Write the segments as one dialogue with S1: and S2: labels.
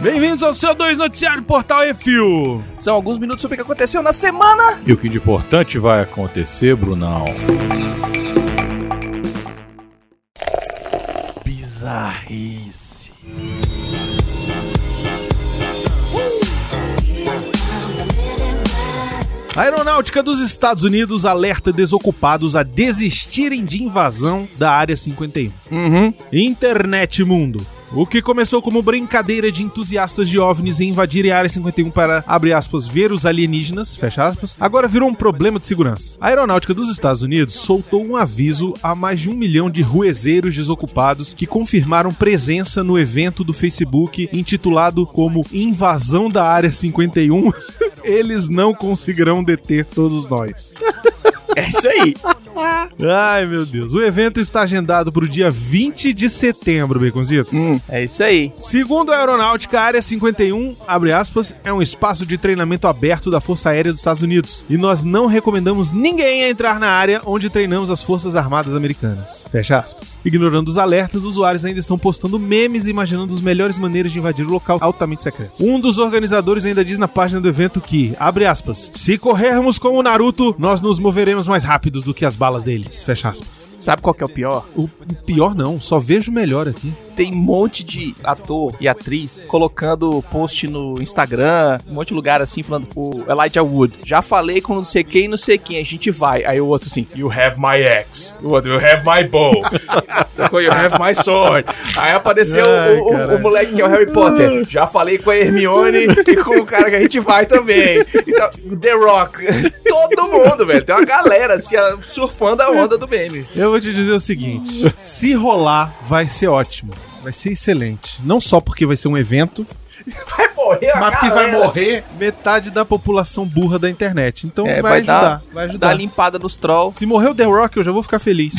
S1: Bem-vindos ao seu 2 Noticiário Portal Refil.
S2: São alguns minutos sobre o que aconteceu na semana.
S1: E o que de importante vai acontecer, Brunão? Bizarrice. A Aeronáutica dos Estados Unidos alerta desocupados a desistirem de invasão da Área 51.
S2: Uhum.
S1: Internet Mundo. O que começou como brincadeira de entusiastas de OVNIs em invadirem a Área 51 para, abre aspas, ver os alienígenas, fecha aspas, agora virou um problema de segurança. A Aeronáutica dos Estados Unidos soltou um aviso a mais de um milhão de ruezeiros desocupados que confirmaram presença no evento do Facebook intitulado como Invasão da Área 51. Eles não conseguirão deter todos nós.
S2: É isso aí.
S1: Ai, meu Deus. O evento está agendado para o dia 20 de setembro, Baconzitos.
S2: Hum, é isso aí.
S1: Segundo a Aeronáutica, a Área 51, abre aspas, é um espaço de treinamento aberto da Força Aérea dos Estados Unidos. E nós não recomendamos ninguém a entrar na área onde treinamos as Forças Armadas Americanas. Fecha aspas. Ignorando os alertas, usuários ainda estão postando memes e imaginando as melhores maneiras de invadir o local altamente secreto. Um dos organizadores ainda diz na página do evento que, abre aspas, se corrermos como Naruto, nós nos moveremos mais rápidos do que as balas deles. Fecha aspas.
S2: Sabe qual que é o pior?
S1: O o pior não, só vejo o melhor aqui.
S2: Tem um monte de ator e atriz colocando post no Instagram, um monte de lugar assim, falando o Elijah Wood. Já falei com não sei quem, não sei quem, a gente vai. Aí o outro assim, you have my ex. O outro, you have my bow. Sacou? You have my sword. Aí apareceu
S1: Ai,
S2: o, o- o
S1: caralho.
S2: moleque que é o Harry Potter. Já falei com a Hermione e com o cara que a gente vai também. Então, The Rock. Todo mundo, velho. Tem uma galera assim, surfando a onda do meme.
S1: Eu vou te dizer o seguinte: se rolar, vai ser ótimo. Vai ser excelente. Não só porque vai ser um evento,
S2: Vai morrer a
S1: mas porque vai
S2: galera.
S1: morrer metade da população burra da internet. Então
S2: É,
S1: vai,
S2: vai dar-
S1: ajudar. vai
S2: Dá
S1: ajudar.
S2: Dar limpada nos trolls.
S1: Se morrer o The Rock, eu já vou ficar feliz.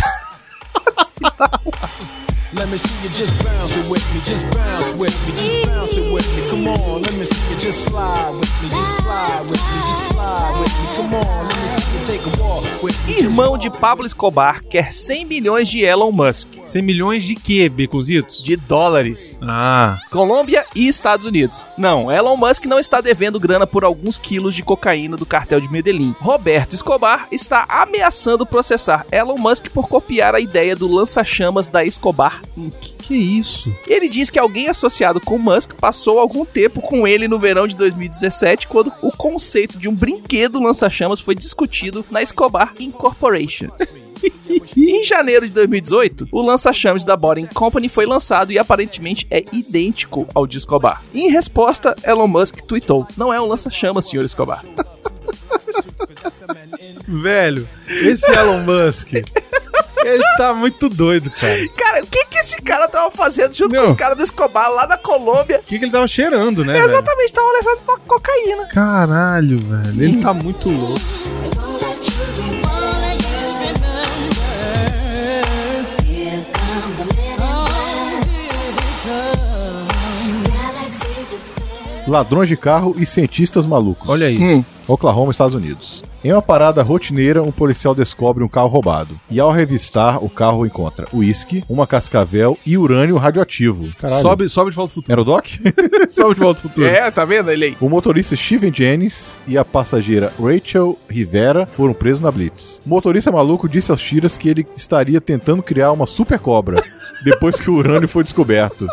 S3: Let me see you just bounce it with me, just bounce with me, just bounce it with me. Come on, let me see you just slide with me, just slide with me, just slide with me. Come on, let me see you take a walk with me. just
S2: Irmão de Pablo Escobar quer 100 milhões de Elon Musk.
S1: 100 milhões de quê, Beconzitos?
S2: De dólares.
S1: Ah.
S2: Colômbia e Estados Unidos. Não, Elon Musk não está devendo grana por alguns quilos de cocaína do cartel de Medellín. Roberto Escobar está ameaçando processar Elon Musk por copiar a ideia do lança-chamas da Escobar Inc.
S1: Que é isso?
S2: E ele diz que alguém associado com Musk passou algum tempo com ele no verão de 2017, quando o conceito de um brinquedo lança-chamas foi discutido na Escobar Incorporation. em janeiro de 2018, o lança-chamas da Boring Company foi lançado e aparentemente é idêntico ao de Escobar. Em resposta, Elon Musk tweetou: Não é um lança-chamas, senhor Escobar.
S1: Velho, esse Elon Musk. Ele tá muito doido, cara.
S2: Cara, o que, que esse cara tava fazendo junto
S1: Meu.
S2: com os caras do Escobar lá na Colômbia?
S1: O que, que ele tava cheirando, né? velho?
S2: Exatamente, tava levando pra cocaína.
S1: Caralho, velho. Ele tá muito louco.
S4: They won't let you, they won't let you remember. Here come the minute
S3: Oh,
S4: man. Galaxy defender.
S5: Ladrões de carro e cientistas malucos.
S1: Olha aí.
S5: Oklahoma, Estados Unidos. Em uma parada rotineira, um policial descobre um carro roubado. E ao revistar, o carro encontra uísque, uma cascavel e urânio radioativo.
S1: Sobe, sobe de volta do futuro.
S5: Era o Doc?
S1: Sobe de volta do futuro.
S2: É, tá vendo ele aí?
S5: O motorista Steven Jennings e a passageira Rachel Rivera foram presos na Blitz. O motorista maluco disse aos tiras que ele estaria tentando criar uma super cobra depois que o urânio foi descoberto.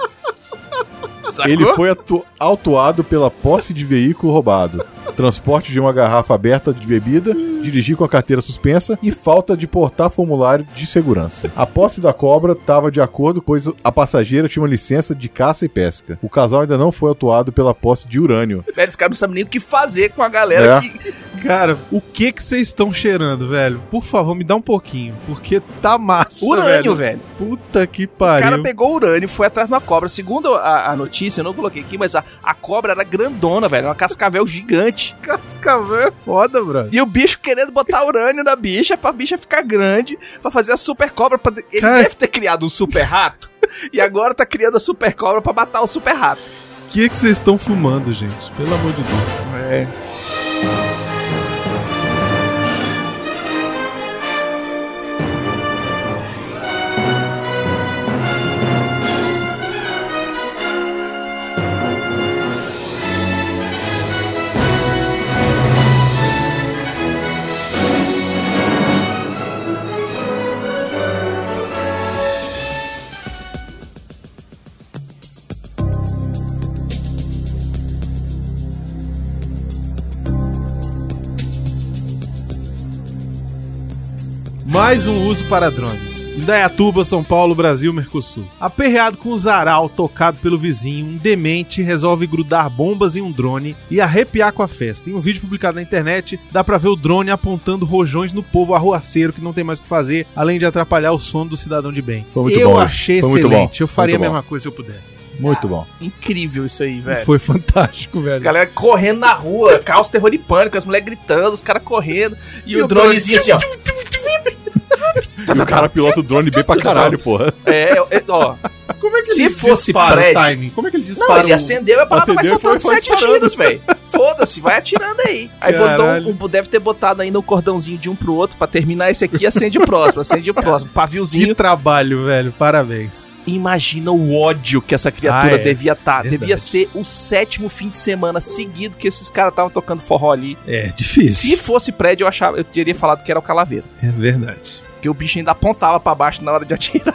S2: Sacou?
S5: Ele foi atu- autuado pela posse de veículo roubado, transporte de uma garrafa aberta de bebida, dirigir com a carteira suspensa e falta de portar formulário de segurança. A posse da cobra estava de acordo, pois a passageira tinha uma licença de caça e pesca. O casal ainda não foi autuado pela posse de urânio.
S2: Velho, os caras não sabem nem o que fazer com a galera
S5: É.
S2: que.
S1: Cara, o que que vocês estão cheirando, velho? Por favor, me dá um pouquinho, porque tá massa,
S2: Urânio, velho.
S1: Puta que
S2: O
S1: pariu.
S2: cara pegou urânio e foi atrás de uma cobra. Segundo a, a notícia, eu não coloquei aqui, mas a, a cobra era grandona, velho. Uma cascavel gigante.
S1: Cascavel é foda, brother.
S2: E o bicho querendo botar urânio na bicha pra bicha ficar grande, pra fazer a super cobra. pra- Ele
S1: Cara.
S2: deve ter criado um super rato. E agora tá criando a super cobra pra matar o super rato.
S1: O que que vocês estão fumando, gente? Pelo amor de Deus. Mais um uso para drones. Indaiatuba, São Paulo, Brasil, Mercosul. Aperreado com um zaral tocado pelo vizinho, um demente resolve grudar bombas em um drone e arrepiar com a festa. Em um vídeo publicado na internet, dá pra ver o drone apontando rojões no povo arruaceiro que não tem mais o que fazer, além de atrapalhar o sono do cidadão de bem.
S5: Foi muito
S1: eu
S5: bom
S1: achei
S5: isso. Foi muito
S1: excelente.
S5: bom.
S1: Eu faria
S5: Muito
S1: a
S5: bom.
S1: mesma coisa se eu pudesse.
S5: Muito bom.
S2: Incrível isso aí, velho.
S1: Foi fantástico,
S2: A
S1: velho.
S2: Galera correndo na rua, caos, terror e pânico, as mulheres gritando, os caras correndo, e,
S1: E
S2: o
S1: o drone-
S2: dronezinho assim, ó.
S5: E o cara pilota o drone bem pra caralho, porra.
S2: É, é, ó.
S1: Como é
S2: Se fosse prédio-
S1: o timing? Como é que ele
S2: Não,
S1: dispara?
S2: ele
S1: o-
S2: um- acendeu e a parada vai
S5: acendeu e
S2: soltando
S5: foi- foi
S2: sete
S5: disparando.
S2: tiros, velho. Foda-se, vai atirando aí. Aí botou
S1: Caralho.
S2: um, um- deve ter botado ainda um cordãozinho de um pro outro pra terminar esse aqui, acende o próximo, acende o próximo, paviozinho.
S1: Que trabalho, velho. Parabéns.
S2: Imagina o ódio que essa criatura
S1: Ah, é.
S2: devia estar.
S1: Verdade.
S2: Devia ser o sétimo fim de semana seguido que esses caras estavam tocando forró ali.
S1: É difícil.
S2: Se fosse prédio, eu achava, eu teria falado que era o calaveira.
S1: É verdade.
S2: Porque o bicho ainda apontava pra baixo na hora de atirar.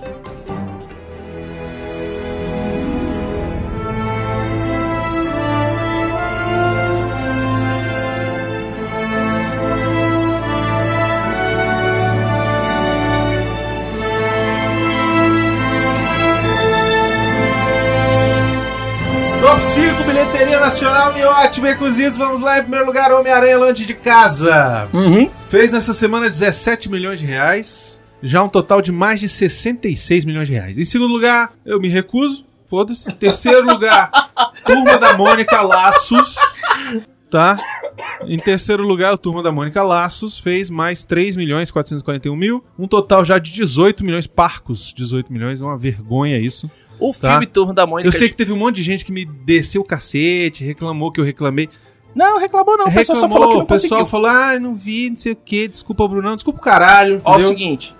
S1: Top 5, bilheteria nacional e ótimo, e cozidos. Vamos lá, em primeiro lugar, Homem-Aranha Longe de Casa.
S2: Uhum.
S1: Fez nessa semana 17 milhões de reais, já um total de mais de 66 milhões de reais. Em segundo lugar, eu me recuso, foda-se. Terceiro lugar, Turma da Mônica Laços, tá? Em terceiro lugar, o Turma da Mônica Laços fez mais 3 milhões 441 mil, um total já de 18 milhões parcos, 18 milhões, é uma vergonha isso.
S2: O
S1: Tá.
S2: filme Turno da
S5: é
S2: Mônica.
S1: Eu sei que teve um monte de gente que me desceu o cacete, reclamou que eu reclamei.
S2: Não, reclamou não. O pessoal só falou que não
S1: o pessoal
S2: conseguiu.
S1: falou, ah, não vi, não sei o que, desculpa, Brunão, desculpa o caralho.
S2: Ó, o
S1: entendeu?
S2: seguinte.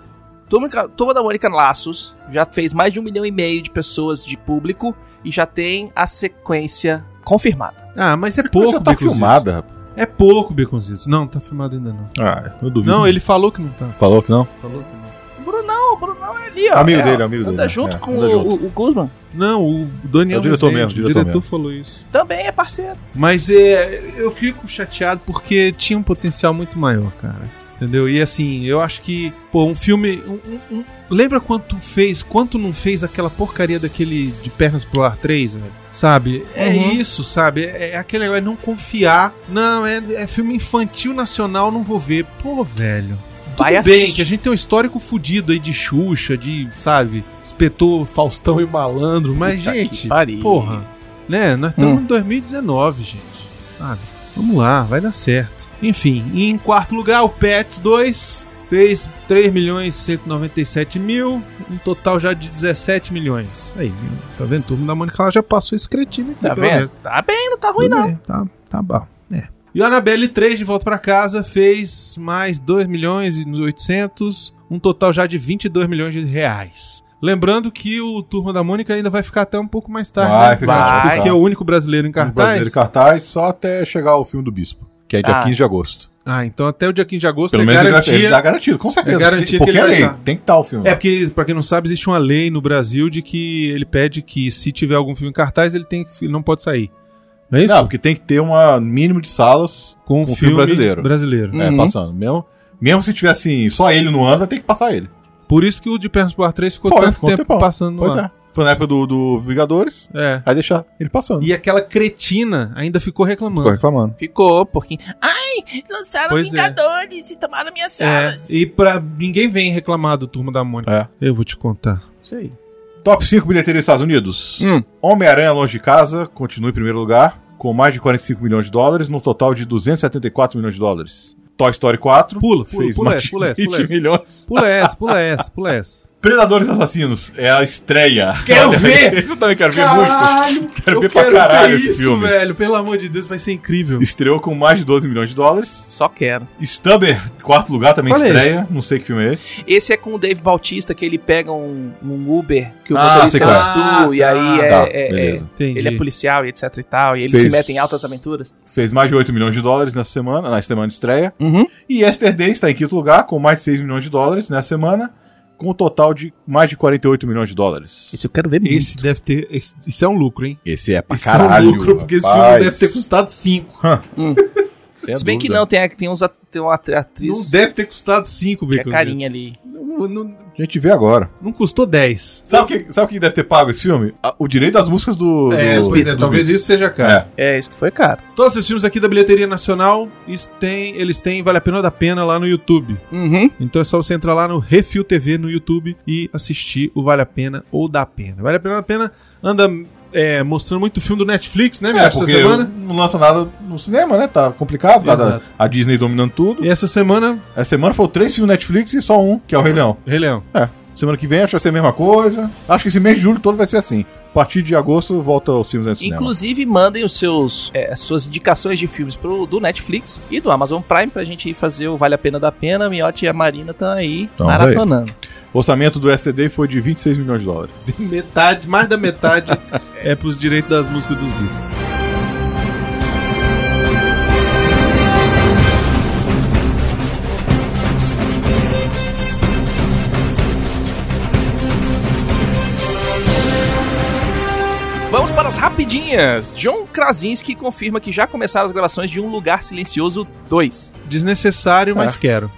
S2: Turma, Turma da Mônica Laços já fez mais de um milhão e meio de pessoas de público e já tem a sequência confirmada.
S1: Ah, mas é
S5: Pouco
S1: pouco,
S5: já tá
S1: Baconzitos.
S5: filmada, rapaz.
S1: É pouco, Beconzitos. Não, tá filmado ainda não.
S5: Ah, eu duvido.
S1: Não, ele falou que não tá.
S5: Falou que não?
S1: Falou que não.
S2: O Brunão, o Brunão é ali, ó.
S5: Amigo
S2: É,
S5: dele,
S2: ó.
S5: amigo
S2: anda
S5: dele,
S2: Junto
S5: é,
S2: com
S5: anda
S2: o,
S5: junto.
S2: o- o Guzman.
S1: Não, o Daniel
S5: É o diretor
S1: Rezende,
S5: mesmo, o diretor mesmo.
S1: falou isso.
S2: Também é parceiro.
S1: Mas é, eu fico chateado porque tinha um potencial muito maior, cara. Entendeu? E assim, eu acho que, pô, um filme. um- um- um- Lembra quanto fez, quanto não fez aquela porcaria daquele de pernas pro ar 3, velho? Sabe? É
S2: Uhum.
S1: isso, sabe? É, é aquele negócio, de não confiar. Não, é, é filme infantil nacional, não vou ver. Pô, velho.
S2: Vai
S1: Tudo bem
S2: assiste.
S1: que a gente tem um histórico fudido aí de Xuxa, de, sabe, espetou Faustão e Malandro, mas,
S2: Puta que
S1: gente,
S2: pariu.
S1: porra, né, nós estamos
S2: Hum.
S1: em 2019, gente, sabe, vamos lá, vai dar certo. Enfim, e em quarto lugar, o Pets 2 fez 3 milhões e 197 mil, um total já de 17 milhões. Aí, tá vendo, turma da Mônica, ela já passou esse cretino aqui,
S2: Tá
S1: pelo menos.
S2: vendo? Tá bem, não tá ruim
S1: Tudo
S2: não.
S1: bem, Tá, tá bom. É. E o Annabelle 3 de volta pra casa fez mais 2 milhões e 800, um total já de 22 milhões de reais. Lembrando que o Turma da Mônica ainda vai ficar até um pouco mais tarde.
S5: Vai
S1: né?
S5: ficar,
S2: vai
S1: Porque
S5: ficar.
S1: é o único brasileiro em
S5: Cartaz?
S1: cartaz.
S5: Brasileiro em cartaz só até chegar o filme do Bispo, que é dia
S2: Ah.
S5: 15 de agosto.
S1: Ah, então até o dia 15 de agosto
S5: Pelo
S1: é
S5: menos ele vai-
S1: garantia.
S5: ele dá garantido, com certeza.
S1: É garantia
S5: porque
S1: que ele
S5: é
S1: vai
S5: lei,
S1: dar.
S5: tem que estar o filme.
S1: É porque, pra quem não sabe, existe uma lei no Brasil de que ele pede que se tiver algum filme em cartaz, ele, tem, que- ele não pode sair. Não é isso?
S5: Não, porque tem que ter um mínimo de salas
S1: com um
S5: com um filme brasileiro.
S1: brasileiro.
S5: é,
S2: Uhum.
S5: passando. Mesmo, mesmo se tiver assim, só ele no ano, vai ter que passar ele.
S1: Por isso que o de Pernas pro Ar 3 ficou
S5: Foi,
S1: tanto
S5: ficou um
S1: tempo
S5: tempão.
S1: passando no
S5: Pois
S1: ar.
S5: é. Foi na época do, do Vingadores,
S1: É.
S5: aí deixar ele passando.
S1: E é, aquela cretina ainda ficou reclamando.
S5: Ficou reclamando.
S2: Ficou, porque... Ai, lançaram
S1: Pois é.
S2: Vingadores e tomaram minhas
S1: É,
S2: salas.
S1: e pra ninguém vem reclamar do Turma da Mônica.
S5: É.
S1: Eu vou te contar.
S2: Isso aí.
S5: Top 5 bilheteria dos Estados Unidos.
S2: Hum.
S5: Homem-Aranha Longe de Casa continua em primeiro lugar, com mais de 45 milhões de dólares, num total de 274 milhões de dólares. Toy Story 4
S1: Pula, pula,
S5: fez
S1: pula
S5: mais
S1: essa, pula
S5: de
S1: essa, pula
S5: 20
S1: essa.
S5: milhões.
S1: Pula essa, pula essa, pula essa.
S6: Predadores Assassinos é a estreia.
S1: Quero
S6: Olha,
S1: ver!
S6: Isso eu também quero ver
S1: Caralho,
S6: muito. Quero
S1: eu
S6: ver pra caralho esse
S1: isso,
S6: filme.
S1: velho. Pelo amor de Deus, vai ser incrível.
S6: Estreou com mais de 12 milhões de dólares.
S2: Só quero.
S6: Stubber, quarto lugar, também
S1: Qual é
S6: estreia. Não sei que filme é esse.
S2: Esse é com o Dave Bautista, que ele pega um, um Uber, que o
S6: Ah, sei
S2: motorista é um
S6: qual é.
S2: Stu, e aí é,
S5: Tá,
S2: é- é-
S5: beleza.
S1: Entendi.
S2: ele é policial e etc e tal, e eles
S5: Fez-
S2: se metem em altas aventuras.
S6: Fez mais de 8 milhões de dólares na semana, na semana de estreia.
S2: Uhum.
S6: E Yesterday está em quinto lugar, com mais de 6 milhões de dólares na semana, com um total de mais de 48 milhões de dólares.
S2: Esse eu quero ver muito.
S1: Esse deve ter. esse- isso é um lucro, hein?
S5: Esse é pra
S1: Isso
S5: caralho.
S1: é um lucro, porque esse filme
S5: rapaz.
S1: deve ter custado 5.
S6: Sem
S2: Se bem que
S6: dúvida.
S2: não, tem, a- tem, uns, at- tem uma atri- atriz
S1: Não deve ter custado 5,
S2: que é carinha ali.
S1: Não, não-
S5: A gente vê agora.
S1: não custou 10.
S6: Sabe o que, sabe o que deve ter pago esse filme? A- O direito das músicas do.
S1: É,
S6: do- dos Beatles.
S1: isso seja
S6: É.
S2: É, isso que foi caro.
S1: Todos esses filmes aqui da bilheteria nacional, isso tem, eles têm Vale a Pena ou da Pena lá no YouTube.
S2: Uhum.
S1: Então é só você entrar lá no Refil TV no YouTube e assistir o Vale a Pena ou da Pena. Vale a Pena ou da Pena anda é, mostrando muito filme do Netflix, né,
S6: É,
S1: Miotti, essa
S6: porque
S1: semana.
S6: não lança nada no cinema, né? Tá complicado. tá-
S1: Exato.
S6: a Disney dominando tudo.
S1: E essa semana,
S6: Essa semana foram três filmes Netflix e só um, que é o Rei Leão.
S1: Rei Leão.
S6: É. Semana que vem acho que vai ser a mesma coisa. Acho que esse mês de julho todo vai ser assim. A partir de agosto volta aos filmes no cinema.
S2: Inclusive, mandem os seus, é, as suas indicações de filmes pro, do Netflix e do Amazon Prime pra gente ir fazer o Vale a Pena da Pena. Miotti e a Marina estão aí
S5: Tamo aí.
S2: maratonando.
S6: O orçamento do STD foi de 26 milhões de dólares.
S1: Metade, mais da metade é pros direitos das músicas dos Beatles.
S2: Vamos para as rapidinhas. John Krasinski confirma que já começaram as gravações de Um Lugar Silencioso 2.
S1: Desnecessário, mas quero.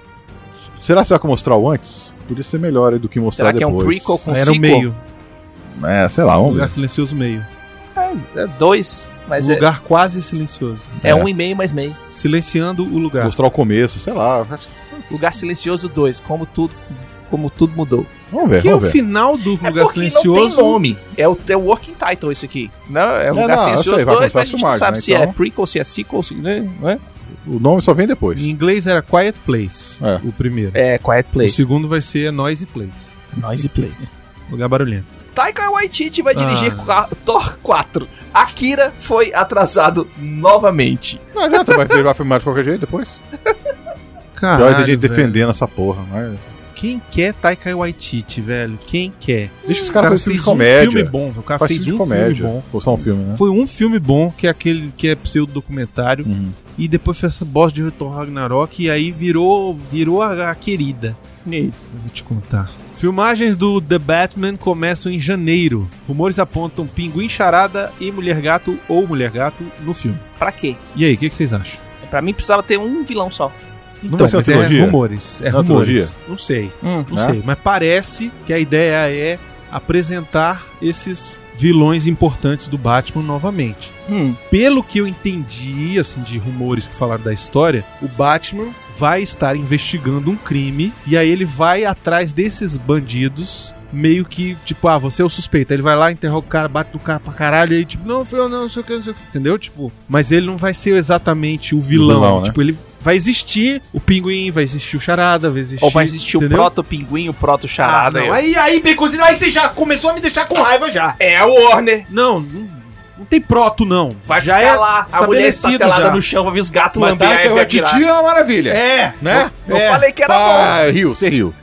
S5: Será que você vai mostrar o antes? Podia ser melhor aí do que mostrar
S2: Será que é um
S5: depois.
S2: prequel com
S1: Era o
S2: sequel?
S1: meio.
S5: É, sei lá, vamos ver.
S1: Lugar silencioso meio.
S2: É, é dois, mas é,
S1: lugar quase silencioso.
S2: é
S5: é.
S2: um e meio mais meio.
S1: Silenciando o lugar.
S5: Mostrar o começo, sei lá.
S2: Lugar Silencioso 2, como tudo, como tudo mudou.
S5: Vamos ver,
S1: Que é o
S5: vamos ver.
S1: final do
S2: É
S1: lugar
S2: porque não tem
S1: silencioso.
S2: nome. É o, é o working title isso aqui. Não, é o
S5: É,
S2: Lugar
S5: não, eu
S2: Silencioso
S5: sei, vai
S2: 2,
S5: começar
S2: mas a
S5: a
S2: gente
S5: filmar,
S2: não sabe
S5: né,
S2: se é
S5: então.
S2: prequel, se é sequel, se, né, não é?
S5: O nome só vem depois.
S1: Em inglês era Quiet Place,
S5: É.
S1: o primeiro.
S2: É, Quiet
S1: O
S2: Place.
S1: segundo vai ser Noise Place, um
S2: Noise Place.
S1: lugar barulhento.
S2: Taika Waititi vai dirigir
S1: Ah.
S2: qua- Thor 4. Akira foi atrasado novamente.
S5: Não adianta, vai, vai filmar de qualquer jeito depois.
S1: Caralho,
S5: Pior é ter gente
S1: velho.
S5: defendendo essa porra. Mas...
S1: Quem quer Taika Waititi, velho? Quem quer?
S5: Deixa os
S1: O
S5: caras fazerem filme de
S1: fez um
S5: comédia.
S1: filme bom, velho. o cara
S5: Faz
S1: fez
S5: filme de
S1: um
S5: comédia.
S1: filme
S5: Foi só um filme, né?
S1: bom. Foi um filme bom, que é aquele que é pseudo-documentário.
S5: Uhum.
S1: E depois fez essa bosta de Thor Ragnarok e aí virou, virou a, a querida.
S2: Isso.
S1: Vou te contar. Filmagens do The Batman começam em janeiro. Rumores apontam Pinguim Charada e Mulher Gato ou Mulher Gato no filme.
S2: Pra quê?
S1: E aí, o que, que vocês acham?
S2: Pra mim precisava ter um vilão só.
S1: Não
S5: vai ser uma
S1: mas
S5: trilogia?
S1: É rumores. É
S5: Não é uma
S1: rumores. Não sei.
S2: Hum.
S1: Não
S5: Né?
S1: sei. Mas parece que a ideia é apresentar esses vilões importantes do Batman novamente.
S2: Hum.
S1: Pelo que eu entendi, assim, de rumores que falaram da história, o Batman vai estar investigando um crime e aí ele vai atrás desses bandidos. Meio que, tipo, ah, você é o suspeito. Aí Ele vai lá, interroga o cara, bate no cara pra caralho, e aí, tipo, não, foi eu não, não sei o que, não sei o que. Entendeu? Tipo, mas ele não vai ser exatamente o vilão.
S5: vilão, né?
S1: Tipo, ele vai existir o pinguim, vai existir o charada, vai existir.
S2: Ou vai existir o proto-pinguim, o proto-charada.
S1: Ah,
S2: eu-
S1: não. Aí, aí, Baconzinho, aí você já começou a me deixar com raiva já.
S2: É o Warner.
S1: Não, não, não tem proto, não.
S2: Vai
S1: já
S2: ficar
S1: é
S2: lá, a mulher
S1: estabelecido
S2: estatelada
S1: já.
S2: no chão, vai ver os gatos
S5: Mas
S2: lamber
S5: tá,
S2: aí,
S5: que
S2: vai
S5: o
S2: virar.
S5: Titi é uma maravilha.
S1: É,
S5: Né?
S2: Eu
S1: É.
S2: falei que era bom.
S5: Ah, riu, você riu.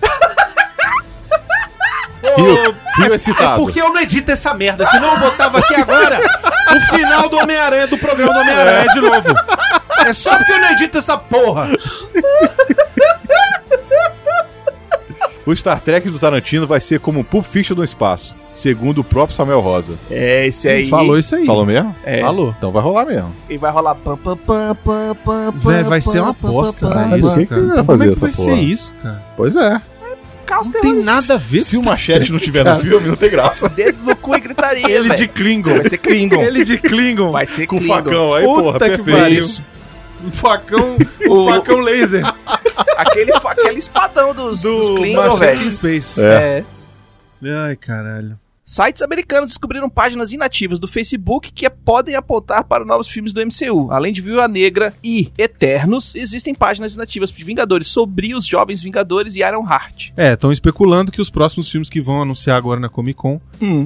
S5: riu, riu excitado.
S1: É porque eu não edito essa merda, senão eu botava aqui agora o final do Homem-Aranha, do programa do Homem-Aranha de novo. É só porque eu não edito essa porra.
S5: O Star Trek do Tarantino vai ser como um Pulp Fiction do espaço, segundo o próprio Samuel Rosa.
S2: É, esse aí.
S1: isso aí.
S5: Falou mesmo?
S2: É.
S1: Falou.
S5: Então vai rolar mesmo.
S2: E vai rolar pam, pam, pam, pam, pam,
S1: Véi, vai
S2: pam,
S1: ser uma
S2: pam,
S1: bosta,
S2: pam,
S1: velho.
S2: pam.
S5: Isso, quem que vai fazer
S1: Como é que
S5: essa
S1: vai
S5: porra?
S1: ser isso, cara?
S5: Pois é.
S2: Caos
S1: Não tem
S2: terrorista.
S1: nada a ver
S5: Se tá o machete não tiver no filme, não tem graça.
S2: Dedo no cu e gritaria.
S1: Ele
S2: velho.
S1: de Klingon.
S2: Vai ser Klingon.
S1: Ele de Klingon.
S2: Vai ser
S5: Com o
S2: Klingon.
S5: um facão aí,
S1: Puta
S5: porra,
S1: que
S5: perfeito.
S1: pariu.
S5: Isso.
S1: Um facão, um facão laser
S2: Então, Aquele, fa- aquele espadão dos,
S1: do É.
S2: dos Klingon,
S1: Machete in
S2: velho.
S1: Space.
S5: É.
S2: É.
S1: Ai, caralho.
S2: Sites americanos descobriram páginas inativas do Facebook que podem apontar para novos filmes do MCU. Além de Viúva Negra e Eternos, existem páginas inativas de Vingadores, Sobrios, Jovens Vingadores e Iron Heart.
S1: É, estão especulando que os próximos filmes que vão anunciar agora na Comic Con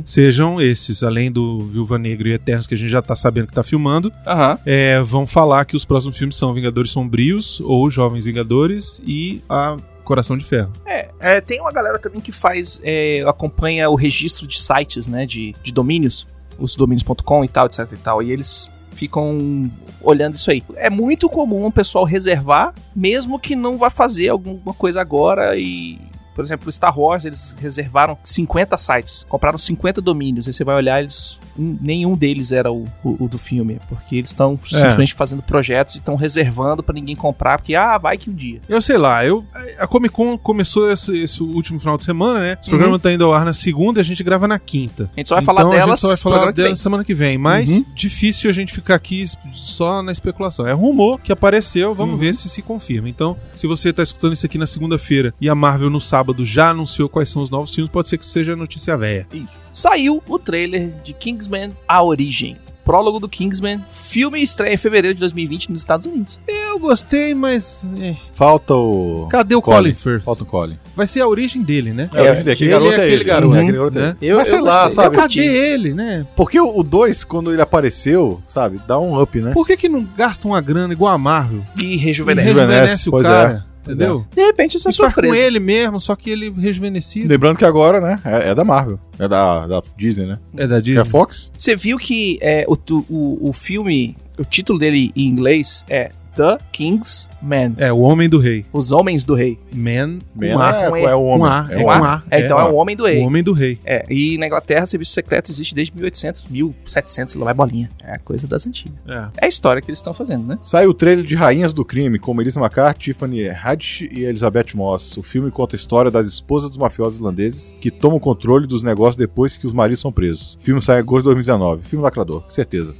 S1: sejam esses, além do Viúva Negra e Eternos, que a gente já tá sabendo que tá filmando.
S2: Aham.
S1: É, vão falar que os próximos filmes são Vingadores Sombrios, ou Jovens Vingadores e a Coração de Ferro.
S2: É, é, tem uma galera também que faz, é, acompanha o registro de sites, né, de, de domínios, os domínios.com e tal, etc e tal, e eles ficam olhando isso aí. É muito comum o pessoal reservar, mesmo que não vá fazer alguma coisa agora e... Por exemplo, o Star Wars, eles reservaram 50 sites, compraram 50 domínios. Aí você vai olhar, eles, um- nenhum deles era o, o- o do filme, porque eles estão
S1: É.
S2: simplesmente fazendo projetos e estão reservando pra ninguém comprar, porque, ah, vai que um dia.
S1: Eu sei lá, eu a Comic Con começou esse, esse último final de semana, né? Esse programa tá indo ao ar na segunda e a gente grava na quinta.
S2: A gente só vai falar
S1: Então, a gente
S2: delas
S1: só vai
S2: no
S1: falar
S2: programa que vem.
S1: delas semana que vem. Mas difícil a gente ficar aqui es- só na especulação. É rumor que apareceu, vamos ver se se confirma. Então, se você tá escutando isso aqui na segunda-feira e a Marvel no sábado já anunciou quais são os novos filmes, pode ser que seja notícia velha.
S2: saiu o trailer de Kingsman A Origem. Prólogo do Kingsman, filme estreia em fevereiro de 2020 nos Estados Unidos.
S1: Eu gostei, mas. é.
S5: Falta o.
S1: Cadê o Colin,
S5: Colin.
S1: Firth?
S5: Falta o Colin.
S1: Vai ser a origem dele, né?
S5: É, hoje em dia,
S1: Ele é
S5: aquele garoto é
S1: aquele
S5: ele.
S1: garoto,
S5: É, aquele garoto é
S1: né?
S5: ele. Mas sei lá,
S2: gostei,
S5: sabe?
S2: eu
S1: Então, Cadê ele, né?
S5: Porque o 2, quando ele apareceu, sabe, dá um up, né?
S1: Por que, que não gastam uma grana igual a Marvel?
S2: E
S1: E
S2: rejuvenesce.
S5: Rejuvenesce,
S1: Rejuvenesce o
S5: pois
S1: cara.
S5: Pois
S1: Entendeu?
S2: De repente, essa é a
S1: Isso faz com
S2: surpresa.
S1: ele mesmo, só que ele é rejuvenescido.
S5: Lembrando que agora, né? É, é da Marvel. É da, da Disney, né?
S1: É da
S5: É
S1: Disney.
S5: a Fox?
S2: Você viu que é, o, tu- o, o filme, o título dele em inglês é The Kingsman,
S1: É, o Homem do Rei.
S2: Os Homens do Rei.
S1: Man,
S5: Bem,
S1: com A.
S5: é,
S2: com
S5: é o
S1: Com
S5: homem.
S1: A.
S5: É o
S1: com
S5: homem.
S1: A.
S2: É, então é,
S5: ó.
S2: o Homem do
S1: O
S2: Rei.
S1: Um Homem do Rei.
S2: É, e na Inglaterra, o serviço secreto existe desde 1800, 1700, lá vai bolinha. É coisa das antigas.
S1: É.
S2: É a história que eles estão fazendo, né?
S5: Sai o trailer de Rainhas do Crime, com Melissa McCarthy, Tiffany Haddish e Elizabeth Moss. O filme conta a história das esposas dos mafiosos irlandeses que tomam o controle dos negócios depois que os maridos são presos. O filme sai em agosto de 2019. Filme lacrador, certeza.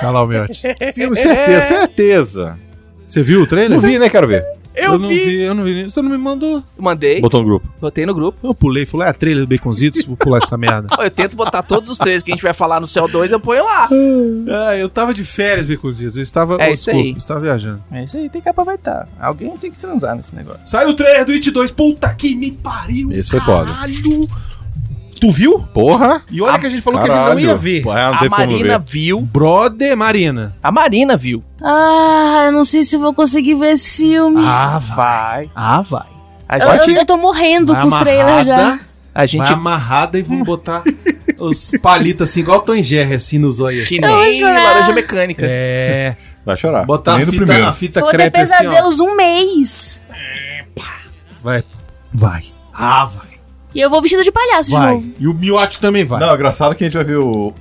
S1: Tá lá o Miotti.
S5: Filme,
S1: É.
S5: certeza, certeza.
S1: Você viu o trailer?
S5: Não vi, nem quero ver.
S1: não vi. eu não vi. nem- Você não me mandou.
S2: Mandei,
S5: Botou no grupo.
S2: botei no grupo.
S1: Eu pulei, falei, é a trailer do Baconzitos, vou pular essa merda.
S2: Eu tento botar todos os três que a gente vai falar no CO2, eu ponho lá.
S1: ah, eu tava de férias, Baconzitos. Eu estava.
S2: É isso aí.
S1: Eu estava viajando.
S2: É isso aí, tem que aproveitar. Alguém tem que transar nesse negócio.
S1: Sai o trailer do It 2. Puta que me pariu.
S5: Esse foi foda.
S1: Caralho. Tu viu?
S5: Porra!
S1: E olha que a gente falou que a gente não ia ver.
S5: Pô, ah, não
S2: a
S5: teve como não
S2: Marina
S5: ver.
S2: viu.
S1: Brother Marina.
S2: A Marina viu.
S7: Ah, eu não sei se eu vou conseguir ver esse filme.
S1: Ah,
S2: vai.
S1: Ah, vai.
S2: A
S7: eu, eu,
S2: gente,
S7: eu tô morrendo com os trailers já.
S2: a
S8: Vai
S2: gente
S8: amarrada e vamos botar os palitos assim, igual o Tom Jerry, assim nos olhos.
S2: que
S7: Eu vou
S2: nem
S7: chorar.
S2: laranja mecânica.
S1: É.
S5: Vai chorar.
S8: Botar
S5: Nem
S8: a
S5: no
S8: fita,
S5: primeiro.
S8: a fita
S7: Eu vou ter
S8: crepe assim, ó.
S7: pesadelos um mês.
S1: Vai. Vai.
S8: Ah, vai.
S7: E eu vou vestida de palhaço de novo.
S1: Vai. E o Miotti também vai.
S5: Não, é engraçado que a gente vai ver o.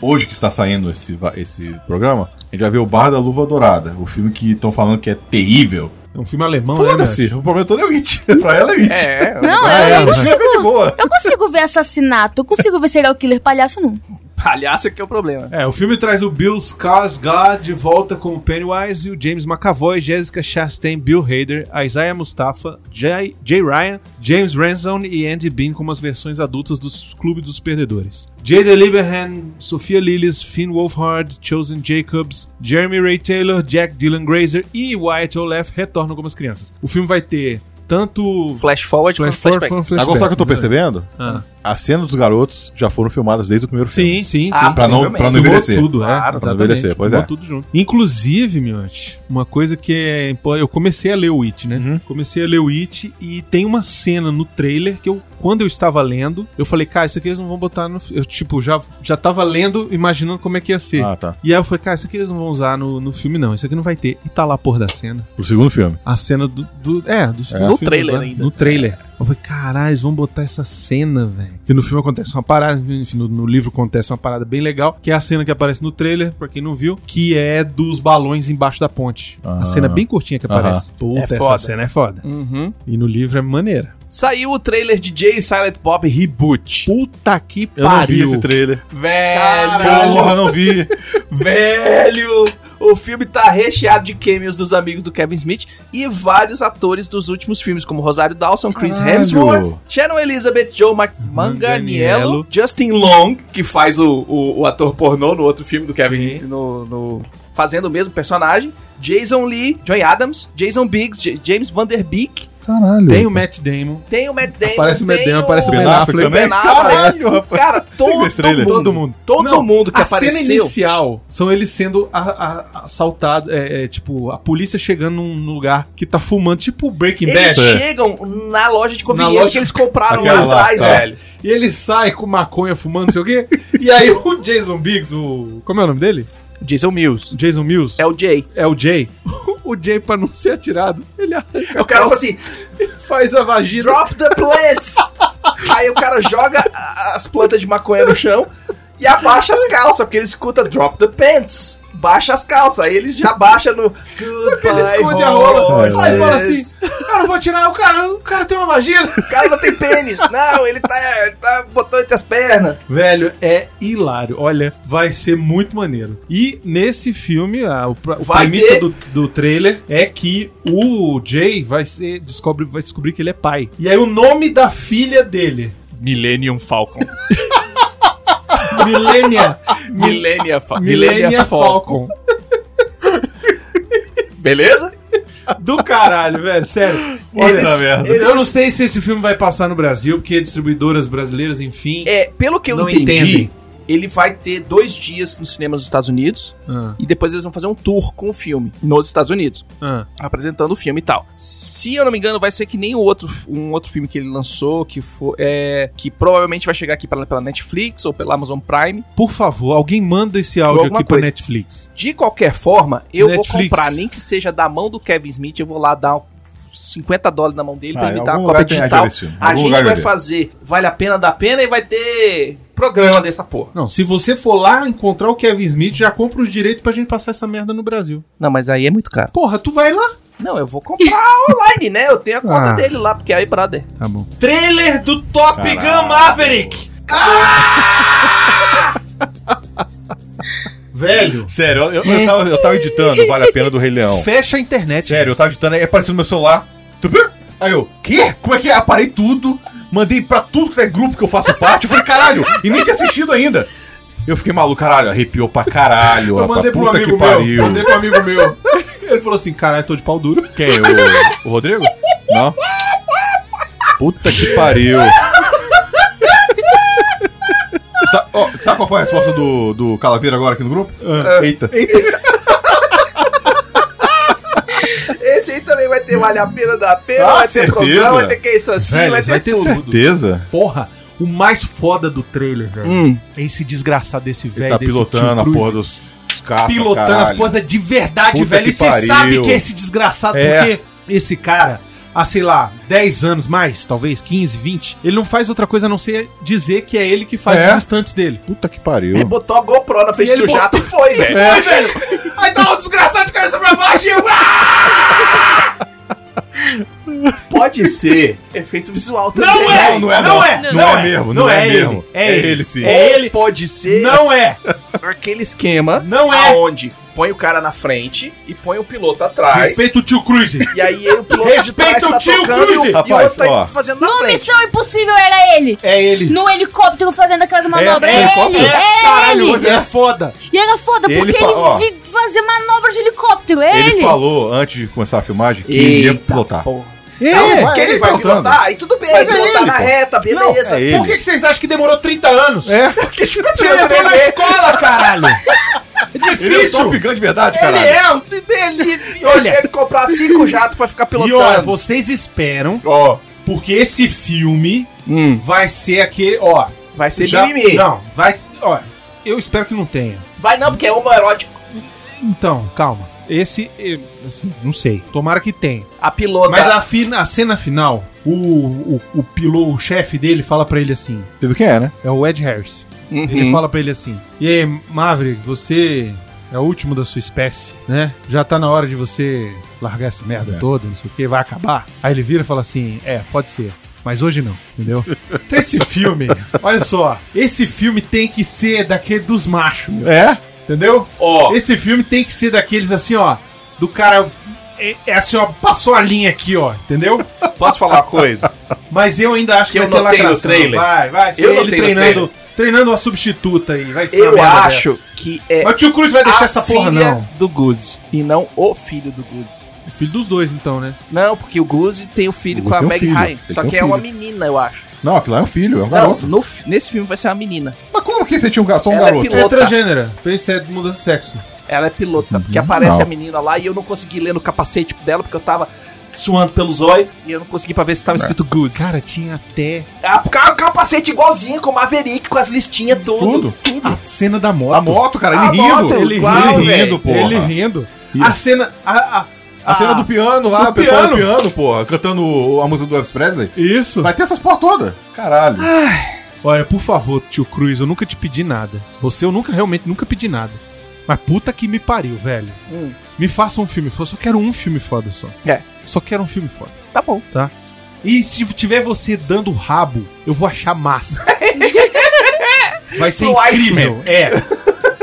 S5: Hoje que está saindo esse, va- esse programa, a gente vai ver o Bar da Luva Dourada, o filme que estão falando que é terrível.
S1: É um filme alemão, né?
S5: Foda-se, o problema todo é o It. pra ela é o It.
S2: É,
S7: Não,
S5: Ah,
S7: eu,
S5: é,
S7: não
S5: você
S7: consigo.
S5: fica de boa.
S7: Eu consigo ver assassinato, eu consigo ver serial killer palhaço, não.
S2: palhaço que é o problema.
S1: É, o filme traz o Bill Skarsgård de volta com o Pennywise e o James McAvoy, Jessica Chastain, Bill Hader, Isaiah Mustafa, Jay, Jay Ryan, James Ransom e Andy Bean como as versões adultas dos Clube dos Perdedores. Jay Deliverhan, Sofia Lillis, Finn Wolfhard, Chosen Jacobs, Jeremy Ray Taylor, Jack Dylan Grazer e Wyatt Olaf retornam como as crianças. O filme vai ter tanto
S2: Flash forward
S1: flash forward
S2: flash flashback.
S1: quanto flashback.
S5: Agora, sabe o que eu tô percebendo?
S1: Ah.
S5: As cenas dos garotos já foram filmadas desde o primeiro filme.
S1: Sim, sim, sim.
S2: Ah,
S5: Pra não, pra não
S1: Filmou
S5: envelhecer.
S1: tudo, é.
S2: Claro, pra não
S1: exatamente.
S5: envelhecer, pois
S1: Filmou
S5: é.
S1: tudo junto. Inclusive, Miotti, uma coisa que é... impo- Eu comecei a ler o It, né?
S5: Uhum.
S1: Comecei a ler o It e tem uma cena no trailer que eu, quando eu estava lendo, eu falei, cara, isso aqui eles não vão botar no... fi-". Eu, tipo, já, já tava lendo, imaginando como é que ia ser.
S5: Ah, tá.
S1: E aí eu falei, cara, isso aqui eles não vão usar no, no filme, não. Isso aqui não vai ter. E tá lá a porra da cena.
S5: O segundo filme.
S1: A cena do... do- é, do segundo
S2: No
S1: filme
S2: trailer
S1: agora,
S2: ainda.
S1: No trailer. Eu falei, caralho, eles vão botar essa cena, velho. Que no filme acontece uma parada, enfim, no, no livro acontece uma parada bem legal, que é a cena que aparece no trailer, pra quem não viu, que é dos balões embaixo da ponte. A
S5: Ah.
S1: cena bem curtinha que
S5: Aham.
S1: aparece. Puta,
S2: É
S1: essa
S2: foda.
S1: cena é foda.
S2: Uhum.
S1: E no livro é maneira.
S2: Saiu o trailer de Jay e Silent Bob Reboot.
S1: Puta que
S5: Eu não vi esse trailer.
S2: Velho,
S5: Porra, não vi.
S2: velho. O filme tá recheado de cameos dos amigos do Kevin Smith e vários atores dos últimos filmes, como Rosário Dawson, Chris
S5: Caralho.
S2: Hemsworth, Sharon Elizabeth, Joe Ma- Manganiello, Justin Long, que faz o, o, o ator pornô no outro filme do Kevin, no, no- fazendo o mesmo personagem, Jason Lee, Joy Adams, Jason Biggs, J- James Van Der Beek,
S5: Caralho.
S1: Tem o Matt Damon.
S2: tem o Matt Damon,
S1: Aparece o Matt
S2: tem
S1: Damon, aparece o Ben
S5: Ben
S1: Affleck
S5: Affleck
S1: também.
S2: Ben Affleck.
S5: Caralho, rapaz.
S2: Cara, todo
S5: esse trailer?
S2: mundo,
S1: Todo mundo.
S2: todo
S1: Não,
S2: mundo que
S1: a cena
S2: apareceu.
S1: inicial são eles sendo a- a- assaltados, é, é, tipo, a polícia chegando num num lugar que tá fumando, tipo Breaking
S2: Eles
S1: Bad.
S2: chegam na loja de conveniência
S1: loja-
S2: que eles compraram lá
S5: Aquela lá,
S2: atrás,
S5: tá.
S2: velho.
S1: É, E ele sai com maconha fumando, não sei o quê. e aí o Jason Biggs, o. Como é o nome dele?
S2: Jason Mills.
S1: Jason Mills.
S2: É o Jay.
S1: É o Jay. O Jay, pra não ser atirado, ele
S2: O cara fala assim,
S1: faz a vagina.
S2: drop the plants. Aí o cara joga a- as plantas de maconha no chão e abaixa as calças, porque ele escuta drop the pants. Baixa as calças, aí eles já baixa no... Só
S1: Ele esconde a rola. Aí
S5: horses.
S1: fala assim: Cara, eu vou atirar, o cara, o cara tem uma vagina.
S2: O cara não tem pênis. Não, ele tá, ele tá botou entre as pernas.
S1: Velho, é hilário. Olha, vai ser muito maneiro. E nesse filme, a, o pra- a
S2: Vai
S1: premissa
S2: ter-
S1: do, do trailer é que o Jay vai ser descobre, vai descobrir que ele é pai. E aí o nome da filha dele,
S2: Millennium Falcon.
S1: Millennia,
S2: Millennia, Fa
S1: Millennia Falcon.
S2: Beleza?
S1: Do caralho, velho, sério. Olha,
S5: Puta merda.
S1: eu não sei se esse filme vai passar no Brasil, porque distribuidoras brasileiras, enfim.
S2: É, pelo que eu
S1: Não
S2: entendi,
S1: entendem.
S2: ele vai ter dois dias nos cinemas dos Estados Unidos
S1: Ah,
S2: e depois eles vão fazer um tour com o filme nos Estados Unidos,
S1: ah.
S2: apresentando o filme e tal. Se eu não me engano, vai ser que nem o outro, um outro filme que ele lançou, que foi, é, que provavelmente vai chegar aqui pela, pela Netflix ou pela Amazon Prime.
S1: Por favor, alguém manda esse áudio
S2: Alguma
S1: aqui pra
S2: coisa.
S1: Netflix.
S2: De qualquer forma, eu vou
S1: Netflix.
S2: comprar, nem que seja da mão do Kevin Smith, eu vou lá dar 50 dólares na mão dele pra
S5: Ah,
S2: ele
S5: em
S2: me dar
S5: algum
S2: uma
S5: lugar
S2: cópia
S5: tem-
S2: digital.
S5: deve ser. Em
S2: A
S5: algum
S2: gente
S5: lugar
S2: vai
S5: deve.
S2: fazer Vale a Pena da Pena e vai ter programa dessa porra.
S1: Não, se você for lá encontrar o Kevin Smith, já compra os direitos pra gente passar essa merda no Brasil.
S2: Não, mas aí é muito caro.
S1: Porra, tu vai lá.
S2: Não, eu vou comprar online, né? Eu tenho a conta
S1: Ah.
S2: dele lá, porque aí, brother.
S1: Tá bom.
S2: Trailer do Top
S5: Caralho.
S2: Maverick!
S1: Velho.
S5: Sério, eu, eu- eu tava, eu tava editando Vale a Pena do Rei Leão.
S1: Fecha a internet.
S5: Sério, eu tava editando, aí apareceu no meu celular. Tupi! Aí eu, quê? Como é que é? Aparei tudo, mandei pra tudo que é grupo que eu faço parte. Eu falei, caralho, e nem tinha assistido ainda. Eu fiquei maluco, caralho, arrepiou pra caralho.
S1: Eu
S5: rapaz,
S1: mandei pra um
S5: puta que
S1: amigo
S5: pariu.
S1: meu. Mandei pra um amigo meu. Ele falou assim: caralho, tô de pau duro.
S5: Quem? O, o Rodrigo? Não. Puta que pariu. Sa- Tá, ó, sabe qual foi a resposta do, do Calaveira agora aqui no grupo?
S1: Ah.
S5: Eita.
S2: Esse aí também vai ter Vale a Pena da Pena,
S5: Ah,
S2: vai ter
S5: certeza.
S2: programa, vai ter quem isso assim,
S5: Velho,
S2: vai
S5: você
S2: ter
S1: é
S5: vai ter
S2: tudo.
S5: certeza.
S1: Porra, o mais foda do trailer, velho.
S2: Hum.
S1: É esse desgraçado desse
S5: Ele
S1: velho.
S5: tá
S1: desse
S5: pilotando a
S1: Tom Cruise.
S5: porra dos dos caça,
S1: Pilotando as
S5: caralho.
S1: coisas de verdade,
S5: Puta
S1: velho.
S5: que
S1: E você
S5: pariu.
S1: sabe que é esse desgraçado,
S5: É.
S1: porque esse cara. Há, sei lá, 10 anos mais, talvez, 15, 20. Ele não faz outra coisa a não ser dizer que é ele que faz
S5: É.
S1: os instantes dele.
S5: Puta que
S2: Ele
S5: pariu.
S2: botou a GoPro na frente
S1: E ele
S2: do jato e foi,
S5: É,
S2: velho.
S1: Foi, velho. Aí tá um desgraçado de cabeça pra baixo e eu...
S2: Pode ser efeito visual também.
S1: Não é!
S5: não é,
S1: Não
S5: não.
S1: é!
S7: Não
S5: é mesmo,
S1: Não
S5: não é
S1: é ele!
S5: mesmo.
S1: É
S5: É
S1: ele!
S5: ele, sim. Tá,
S1: É ele!
S2: Pode ser
S1: Não é!
S2: aquele esquema
S1: Não é.
S2: onde põe o cara na frente e põe o piloto
S5: é
S2: atrás.
S1: Respeita o tio Cruise!
S2: E aí o piloto
S1: Respeita
S2: de
S1: o
S2: trás tá
S1: tio
S2: tocando e o-
S1: Cruise.
S2: e o
S5: Rapaz,
S2: outro tá
S5: ó.
S2: fazendo na
S7: No
S2: frente.
S7: Missão Impossível era ele.
S1: É ele!
S7: No helicóptero fazendo aquelas manobras. É, ele.
S1: É,
S7: É
S1: caralho,
S7: ele.
S1: mas é foda!
S7: E era foda,
S5: Ele
S7: porque ele,
S5: fa- ó.
S7: vi- fazia manobra de helicóptero. É ele.
S5: Ele falou, antes de começar a filmagem, que ia
S2: Eita,
S5: pilotar.
S2: porra.
S1: Ah. É.
S5: vai,
S2: que ele
S5: ele
S2: vai
S5: tá
S2: pilotar,
S5: lutando.
S2: aí tudo bem,
S1: Mas é
S2: pilotar
S1: ele,
S2: na
S1: pô.
S2: reta, beleza.
S5: é ele.
S1: Por que, que vocês acham que demorou 30 anos?
S5: É.
S1: Porque fica entrou na escola, caralho! É
S5: Ele é o
S1: difícil!
S5: Top Gun de verdade,
S1: Ele
S5: caralho.
S1: é! Ele, ele,
S2: Ele
S1: olha!
S2: teve que comprar cinco jatos pra ficar
S1: E olha,
S2: pilotando.
S1: vocês esperam,
S2: Ó,
S1: porque esse filme
S2: hum,
S1: vai ser aquele... Ó,
S2: vai ser
S1: já-
S2: mimimi.
S1: Não, vai... Ó, eu espero que não tenha.
S2: Vai não, porque é homo erótico.
S1: Então, calma. Esse, eh, assim, não sei. Tomara que tenha.
S2: A pilota.
S1: Mas a, fi- a cena final, o, o, o piloto, o chefe dele, fala pra ele assim:
S5: Você viu quem é, né?
S1: é o Ed Harris.
S2: Uhum.
S1: Ele fala pra ele assim: E aí, Maverick, você é o último da sua espécie, né? Já tá na hora de você largar essa merda
S5: É.
S1: toda, não sei o que, vai acabar. Aí ele vira e fala assim: É, pode ser. Mas hoje não, entendeu? Então esse filme, olha só, esse filme tem que ser daquele dos machos, meu.
S5: É?
S1: Entendeu?
S9: Ó,
S1: Esse filme tem que ser daqueles assim, ó. Do cara. É, é assim, ó, passou a linha aqui, ó, entendeu?
S9: posso falar uma coisa?
S1: Mas eu ainda acho que,
S9: Que eu
S1: vai ter
S9: notei no
S1: lacração.
S9: trailer.
S1: Vai, vai ser
S9: Eu
S1: ele
S9: notei no
S1: treinando, treinando uma substituta aí. Vai ser uma
S2: Eu
S1: merda
S2: acho
S1: dessa.
S2: que é
S1: Mas o tio Cruz vai deixar
S2: a
S1: essa porra,
S2: filha
S1: não.
S2: do Guzzi e não o filho do Guzzi.
S1: Filho dos dois, então, né?
S2: Não, porque o Guzzi tem o filho
S5: O
S2: com
S5: Guzzi
S2: a
S5: tem um
S2: Meg
S5: filho,
S2: Ryan.
S5: ele
S2: Só
S5: tem um
S2: que é uma
S5: filho.
S2: menina, eu acho.
S5: Não, aquilo lá é um filho, é um
S2: Não,
S5: garoto.
S2: no fi- nesse filme vai ser uma menina.
S5: Mas como que você tinha um garoto? Só um
S2: Ela é
S5: garoto.
S2: pilota.
S1: É transgênera. Fez sete- mudança de sexo.
S2: Ela é pilota, porque aparece
S5: Uhum. Não.
S2: a menina lá e eu não consegui ler no capacete dela porque eu tava suando pelos olhos e eu não consegui pra ver
S5: É.
S2: se tava escrito Guzzi.
S1: Cara, tinha até
S2: Ah, porque é um capacete igualzinho com o Maverick, com as listinhas, tudo.
S5: Tudo?
S1: a cena da moto.
S5: Uhum. A moto, cara,
S2: A
S5: ele
S2: moto,
S5: rindo.
S2: ele
S1: igual,
S5: ele
S2: velho.
S5: rindo, porra.
S1: Ele rindo. A cena. A, a,
S5: A cena do piano lá,
S1: do
S5: o pessoal
S1: piano.
S5: do piano, porra, cantando a música do Elvis Presley.
S1: Isso.
S5: Vai ter essas porra toda. Ah. Caralho.
S1: Olha, por favor, tio Cruz, eu nunca te pedi nada. Você eu nunca, realmente, nunca pedi nada. Mas puta que me pariu, velho.
S2: Hum.
S1: Me faça um filme foda. Só quero um filme foda só.
S2: É.
S1: Só quero um filme foda.
S2: Tá bom.
S1: E se tiver você dando o rabo, eu vou achar massa. Vai ser
S2: Pro
S1: incrível. É.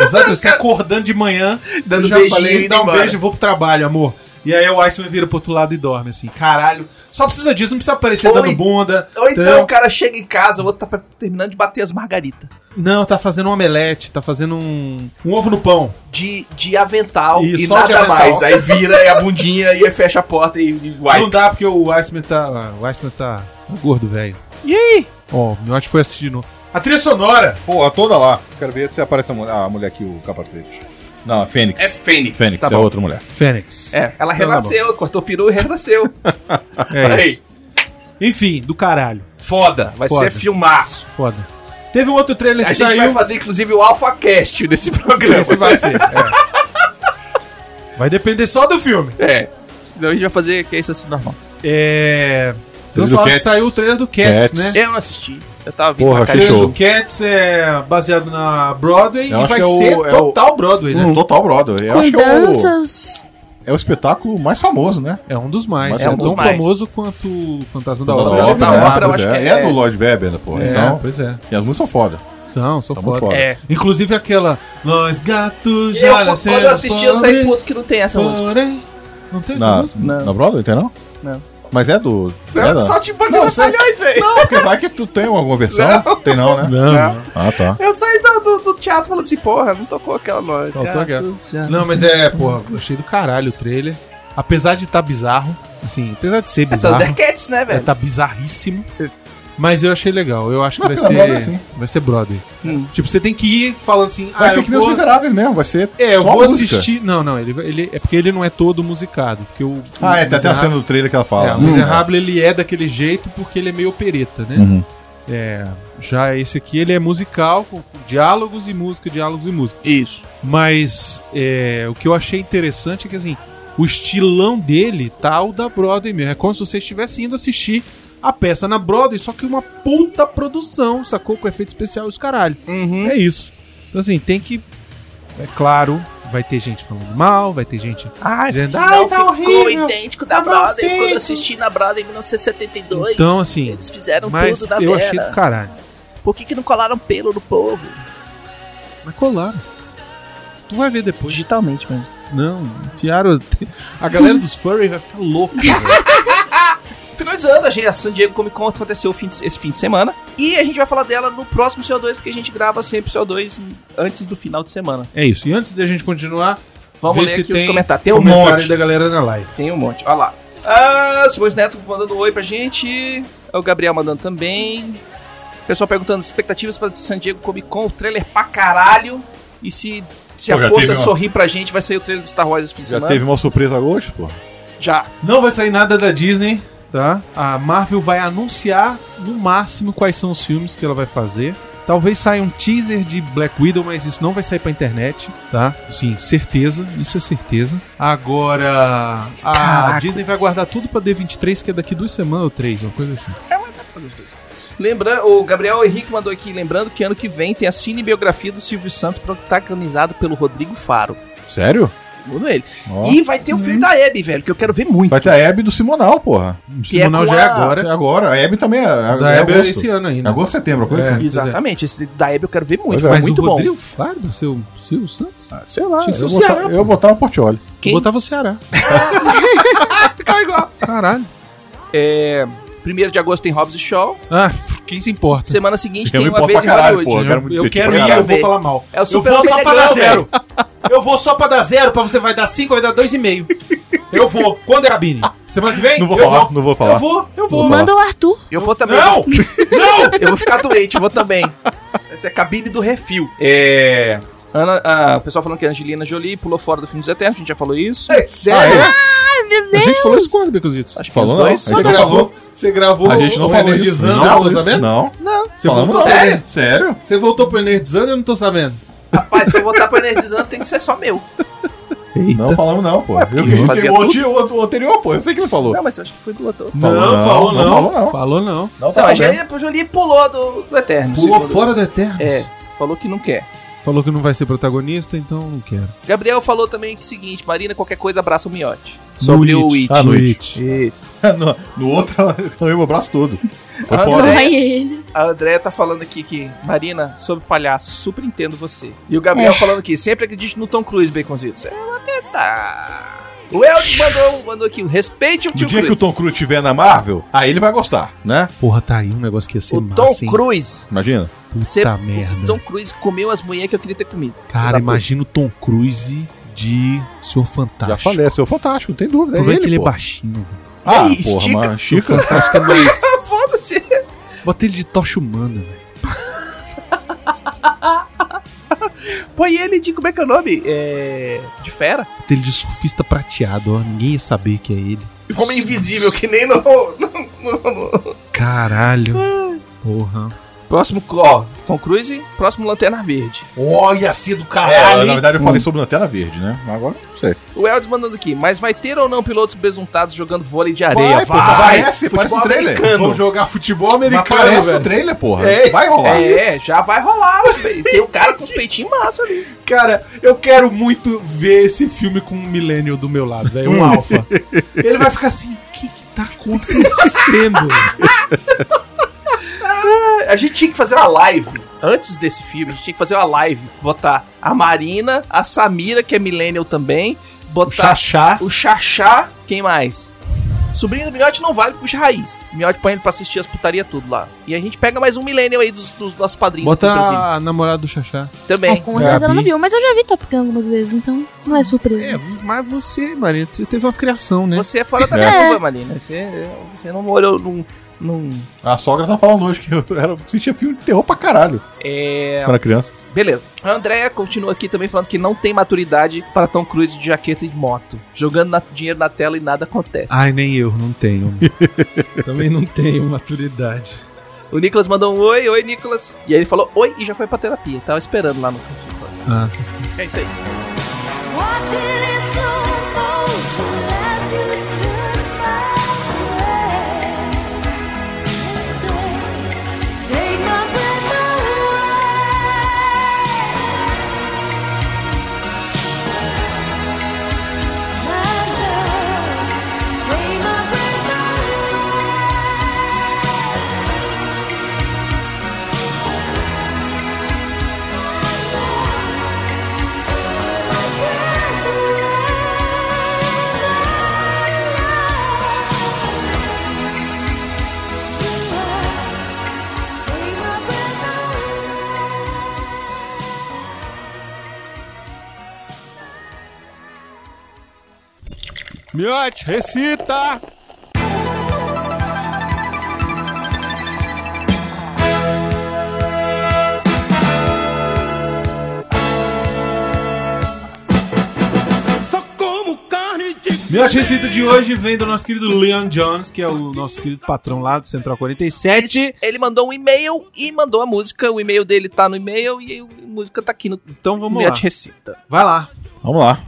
S1: Exato, você acordando de manhã,
S2: Dando
S1: eu já
S2: beijinho e
S1: falei,
S2: indo
S1: dá um
S2: embora."
S1: beijo e vou pro trabalho, amor. E aí o Iceman vira pro outro lado e dorme, assim, caralho. Só precisa disso, não precisa aparecer
S2: Ou
S1: dando
S2: e-
S1: bunda.
S2: Ou então
S1: entendeu?
S2: o cara chega em casa, o outro tá terminando de bater as margaritas.
S1: Não, tá fazendo um omelete, tá fazendo um, um ovo no pão.
S2: De, de avental
S1: E
S2: e,
S1: só
S2: nada
S1: de avental.
S2: mais. Aí vira e a bundinha e aí fecha a porta e, e
S1: Não
S2: vai.
S1: dá porque o Iceman tá. O Iceman tá gordo, velho.
S2: E aí?
S1: Ó, o Miotti foi assistir de novo. A trilha sonora!
S5: Porra, toda lá. Quero ver se aparece a mulher, a mulher aqui, o capacete. Não, é Fênix.
S9: É Fênix.
S5: Fênix,
S9: tá
S5: é outra mulher.
S1: Fênix.
S2: É, ela
S1: Então tá
S2: renasceu, cortou o peru e renasceu.
S1: É
S2: Aí,
S1: isso. Enfim, do caralho.
S2: foda, vai
S1: Foda.
S2: ser filmaço.
S1: Foda. Teve um outro trailer
S2: A
S1: que
S2: gente vai
S1: saiu.
S2: fazer inclusive o Alpha Cast desse programa.
S1: Esse vai ser. é. Vai depender só do filme.
S2: É. Senão a gente vai fazer que é isso assim normal.
S1: É. Vamos
S5: Trailer do
S1: falar que
S5: Cats.
S1: saiu o trailer do Cats,
S5: Cats.
S1: né?
S2: Eu não assisti. Eu tava vindo
S5: Porra,
S2: pra cá.
S1: O trailer
S5: Fechou.
S1: do Cats é baseado na Broadway
S5: Eu
S1: e
S5: acho
S1: vai
S5: que é o-
S1: ser
S5: é o-
S1: total Broadway, né?
S5: Hum. Total Brother. Eu
S7: Com
S5: acho que é o,
S7: danças.
S5: é o espetáculo mais famoso, né?
S1: É um dos mais.
S5: Mas
S1: é
S5: é
S1: um
S5: um
S1: tão
S2: dos mais.
S1: famoso quanto o Fantasma da
S5: Da
S1: Ópera.
S5: ópera,
S2: da
S5: né?
S2: ópera, eu
S5: Pois
S2: acho
S5: é.
S2: que
S5: É
S2: é.
S5: do Lloyd Webber, né, porra.
S1: Então,
S5: Então,
S1: pois é.
S5: e as músicas são foda.
S1: São, são
S5: Tá muito
S1: foda.
S5: foda.
S2: É.
S1: Inclusive aquela. Nós gatos.
S2: Eu,
S1: já
S2: quando eu assisti, eu saí
S1: nasceram
S2: puto que não tem essa
S1: pobres,
S2: música.
S1: porém- Não tem essa
S5: Na,
S1: música?
S2: Não.
S5: na Broadway, tem não?
S2: Não.
S5: Mas é do... é da-
S2: te bandes batalhões, velho.
S5: Não, porque vai que tu tem alguma versão. Tem não, né?
S1: Não,
S5: Ah, tá.
S2: Eu saí do, do- do teatro falando assim, porra, não tocou aquela nós.
S1: Faltou
S2: gatos,
S1: aquela.
S2: já
S1: não, mas é, porra, eu achei do caralho o trailer. Apesar de tá bizarro, assim, apesar de ser
S2: É só
S1: bizarro,
S2: The Cats, né,
S1: é,
S2: velho?
S1: tá bizarríssimo. Mas eu achei legal, eu acho que
S5: Não,
S1: vai
S5: pela Broadway,
S1: ser,
S5: sim.
S1: vai ser Broadway.
S2: Hum.
S1: Tipo, você tem que ir falando assim,
S5: Vai
S1: ah,
S5: ser
S1: eu
S5: que nem os
S1: vou...
S5: miseráveis mesmo, vai ser.
S1: É, eu
S5: só
S1: vou
S5: música.
S1: assistir. Não, não, ele, ele é porque ele não é todo musicado, porque o
S5: Ah, é,
S1: o
S5: tem até a
S1: Miserável-
S5: cena do trailer que ela
S1: É,
S5: fala.
S1: o
S5: Hum.
S1: Miserable ele é daquele jeito porque ele é meio opereta, né?
S5: Uhum.
S1: É, já esse aqui ele é musical, com com diálogos e música, diálogos e música.
S2: Isso.
S1: Mas é, o que eu achei interessante é que assim, o estilão dele tá o da Broadway mesmo. É como se você estivesse indo assistir a peça na Broadway, só que uma puta produção, sacou? Com efeito especial e os caralho.
S2: Uhum.
S1: É isso. Então assim, tem que. É claro, vai ter gente falando mal, vai ter gente.
S2: Ai, Tá
S1: dizendo,
S2: não
S1: "Ai, tá
S2: ficou
S1: horrível."
S2: idêntico da Brother quando eu assisti na Brother em 1972.
S1: Então, assim,
S2: Eles fizeram
S1: Mas
S2: tudo na
S1: eu achei
S2: Vera.
S1: do caralho.
S2: Por que, que não colaram pelo no povo?
S1: Mas colaram. Tu vai ver depois.
S2: Digitalmente, mano.
S1: Não, enfiaram. A galera dos furry vai ficar louca.
S2: Finalizando, a gente- a San Diego Comic Con aconteceu o fim de- esse fim de semana. E a gente vai falar dela no próximo CO2, porque a gente grava sempre o CO2 antes do final de semana.
S1: é isso. E antes da gente continuar,
S2: Vamos
S1: Vê
S2: ler
S1: se
S2: aqui os
S1: tem
S2: comentários. Tem um
S1: comentário
S2: monte.
S1: da galera na live.
S2: Tem um monte. Olha lá. Ah, Simões Neto mandando um oi pra gente. É O Gabriel mandando também. Pessoal perguntando expectativas pra San Diego Comic Con. Trailer pra caralho. E se, se
S5: Pô,
S2: a
S5: já
S2: força
S5: teve uma-
S2: sorrir pra gente, vai sair o trailer do Star Wars esse fim de
S5: Já
S2: semana.
S5: teve uma surpresa hoje, pô.
S2: Já.
S1: Não vai sair nada da Disney, tá? A Marvel vai anunciar no máximo quais são os filmes que ela vai fazer. Talvez saia um teaser de Black Widow, mas isso não vai sair pra internet, tá? Sim, certeza, isso é certeza. Agora, a
S2: Caraca.
S1: Disney vai guardar tudo pra D23, que é daqui duas semanas ou três, uma coisa assim.
S2: Lembrando, o Gabriel Henrique mandou aqui, lembrando que ano que vem tem a cinebiografia do Silvio Santos protagonizado pelo Rodrigo Faro.
S5: Sério?
S2: Mudo ele.
S5: Ó.
S2: E vai ter o filme da Abby, velho, que eu quero ver muito.
S5: Vai ter a Hebe do Simonal, porra.
S2: Que é
S1: Simonal
S2: com
S1: já é
S2: a-
S1: agora.
S5: É agora. A Hebe também é. é
S1: Da Hebe é
S5: agosto.
S1: esse ano É. ainda.
S5: Agosto, setembro, uma coisa assim.
S2: Exatamente, esse da Abby eu quero ver muito,
S5: Mas
S2: foi
S5: é.
S1: Mas
S2: muito
S1: o
S2: bom.
S1: Rodrigo Fábio, seu Silvio Santos?
S2: Ah, Sei lá.
S5: Eu,
S1: Tinha que ser o
S5: botava-
S1: Ceará,
S5: eu um botava o Portioli.
S2: Quem?
S1: Botava o Ceará.
S2: Tá igual.
S1: Caralho.
S2: É, 1 de agosto tem Hobbs e Shaw.
S1: Ah, quem se importa?
S2: Semana seguinte tem
S5: Eu me
S2: uma
S5: importo
S2: vez
S5: pra
S2: em Hollywood.
S5: caralho, porra. Eu quero muito
S1: eu
S5: ver,
S1: quero
S5: tipo,
S1: ir,
S2: pra
S1: eu vou
S2: ver.
S1: falar mal.
S2: É o
S1: eu
S2: Super
S1: vou só
S2: Homem
S1: pra dar
S2: Negão,
S1: zero. Eu vou só pra dar zero, pra você vai dar cinco, vai dar dois e meio. Eu vou. Quando é cabine? Semana que vem?
S5: Não vou
S1: eu
S5: falar, não vou falar.
S1: Eu vou, eu vou.
S5: Vou falar.
S7: Manda o Arthur.
S2: Eu vou também.
S1: Não! Não!
S2: Eu vou ficar doente, vou também. Essa é a cabine do refil. É. Ana, ah, o pessoal falando que a Angelina Jolie pulou fora do filme dos Eternos, a gente já falou isso.
S1: É sério?
S7: Ai, meu
S1: A
S7: é Deus.
S1: gente falou isso quando, Becozitos?
S2: Acho que
S5: Falou
S2: os
S5: não?
S2: dois.
S5: Aí
S1: Você
S5: Não
S1: gravou, você gravou
S5: A gente não
S1: o
S5: falou isso.
S1: Energizando, eu
S5: Não,
S1: não tô sabendo?
S5: não.
S2: Não,
S1: Você
S5: Falamos
S1: voltou?
S5: não.
S2: Sério?
S5: Sério?
S1: Você voltou pro Energizando, eu não tô sabendo.
S2: rapaz, pra eu voltar pra energizando tem que ser só meu.
S5: Não falamos não, pô.
S2: porque
S5: Eu que
S2: fazia
S5: o, anti- o- o anterior, pô. Eu sei que não falou.
S2: Não, mas eu acho que foi do outro.
S1: Não,
S5: Falou
S1: falou
S5: não.
S1: não.
S5: Falou não. Tá
S1: Falou não.
S5: Não
S2: Então, a Angelina Jolie pulou do, do Eterno.
S1: Tá, né? Pulou
S2: segundo-
S1: fora do Eterno.
S2: É, falou que não quer.
S1: Falou que não vai ser protagonista, então não quero.
S2: Gabriel falou também é o seguinte: Marina, qualquer coisa, abraça o miote. Sobre
S1: No
S2: o It.
S5: Ah, no
S1: It.
S2: Isso.
S5: no, no outro, ela arranhou meu braço todo. Foi
S2: Ah,
S5: foda.
S2: não.
S7: Ai, ele.
S2: A Andrea tá falando aqui que, Marina, sobre palhaço, super entendo você. E o Gabriel falando aqui, sempre acredite no Tom Cruise, Baconzitos. É, vou tentar. O Elcio mandou, mandou aqui, respeite o
S5: No
S2: tio
S5: dia que o
S2: Cruise.
S5: Tom Cruise estiver na Marvel, aí ele vai gostar, né?
S1: Porra, tá aí um negócio que ia ser
S2: O
S1: massa,
S2: Tom
S1: hein?
S2: Cruise.
S5: Imagina.
S1: Puta
S2: Cê-
S1: merda.
S2: O Tom Cruise comeu as mulheres que eu queria ter comido.
S1: Cara, imagina o Tom Cruise de Senhor Fantástico.
S5: Já falei, é seu fantástico, não tem dúvida.
S1: Por
S5: É
S1: é que
S5: ele,
S1: ele é
S5: pô.
S1: baixinho. velho.
S5: Ah,
S2: Ei, estica.
S5: porra, mas Chica.
S1: Fantástico é mais...
S2: Ah, Foda-se.
S1: Bota ele de tocha humana, velho.
S2: Põe ele de, como é que é o nome? É... De fera.
S1: Bota ele de surfista prateado, ó. Ninguém ia saber que é ele.
S2: Um Homem invisível, que nem no...
S1: Caralho. Porra.
S2: Próximo, ó, Tom Cruise, próximo Lanterna Verde.
S1: Olha, assim do
S5: É, na verdade, eu falei sobre Lanterna Verde, né? Mas Agora, não sei.
S2: O Eldes mandando aqui, mas vai ter ou não pilotos besuntados jogando vôlei de areia?
S5: Vai, pô, parece, parece um trailer.
S1: Vamos jogar futebol
S5: Mas
S1: americano,
S5: parece
S1: velho.
S5: o trailer, porra.
S1: É.
S5: Vai rolar.
S2: É, já vai rolar. os pe- Tem o cara com os peitinhos massa ali.
S1: Cara, eu quero muito ver esse filme com um millennial do meu lado, velho. Um alfa. Ele vai ficar assim, o que que tá acontecendo?
S2: A gente tinha que fazer uma live. Antes desse filme, a gente tinha que fazer uma live. Botar a Marina, a Samira, que é millennial também. Botar
S1: Chachá.
S2: o Xaxá, quem mais? Sobrinho do Minhote não vale, puxa raiz. Minhote põe ele pra assistir as putaria tudo lá. E a gente pega mais um millennial aí dos, dos nossos padrinhos aqui do Brasil.
S1: Bota a namorada do Chachá.
S7: Ai,
S2: Também.
S7: É, com certeza ela não
S1: Gabi.
S7: viu, mas eu já vi Top Gun algumas vezes, então não é surpresa.
S1: É, mas você, Marina, você teve uma criação, né?
S2: Você é fora da
S7: É.
S2: curva, Marina. Você, você não morou num... num
S5: A sogra tá falando hoje que eu era, assistia filme de terror pra caralho
S2: é,
S5: quando era criança.
S2: Beleza. A Andrea continua aqui também falando que não tem maturidade para Tom Cruise de jaqueta e de moto. Jogando na- dinheiro na tela e nada acontece.
S1: Ai, nem eu, não tenho. Também não tenho maturidade.
S2: O Nicolas mandou um oi, oi, Nicolas. E aí ele falou oi e já foi pra terapia. Tava esperando lá no cantinho.
S1: Ah.
S2: É isso aí.
S4: Watching in slow motion as you turn my way and say, "Take my breath away, my love. Take my breath Take my breath away.
S1: Miote, recita! Miote recita de hoje vem do nosso querido Leon Jones, que é o nosso querido patrão lá do Central 47.
S2: Ele mandou um e-mail e mandou a música. O e-mail dele tá no e-mail e a música tá aqui no.
S1: Então vamos lá.
S2: Minhote recita.
S1: Vai lá.
S5: Vamos lá.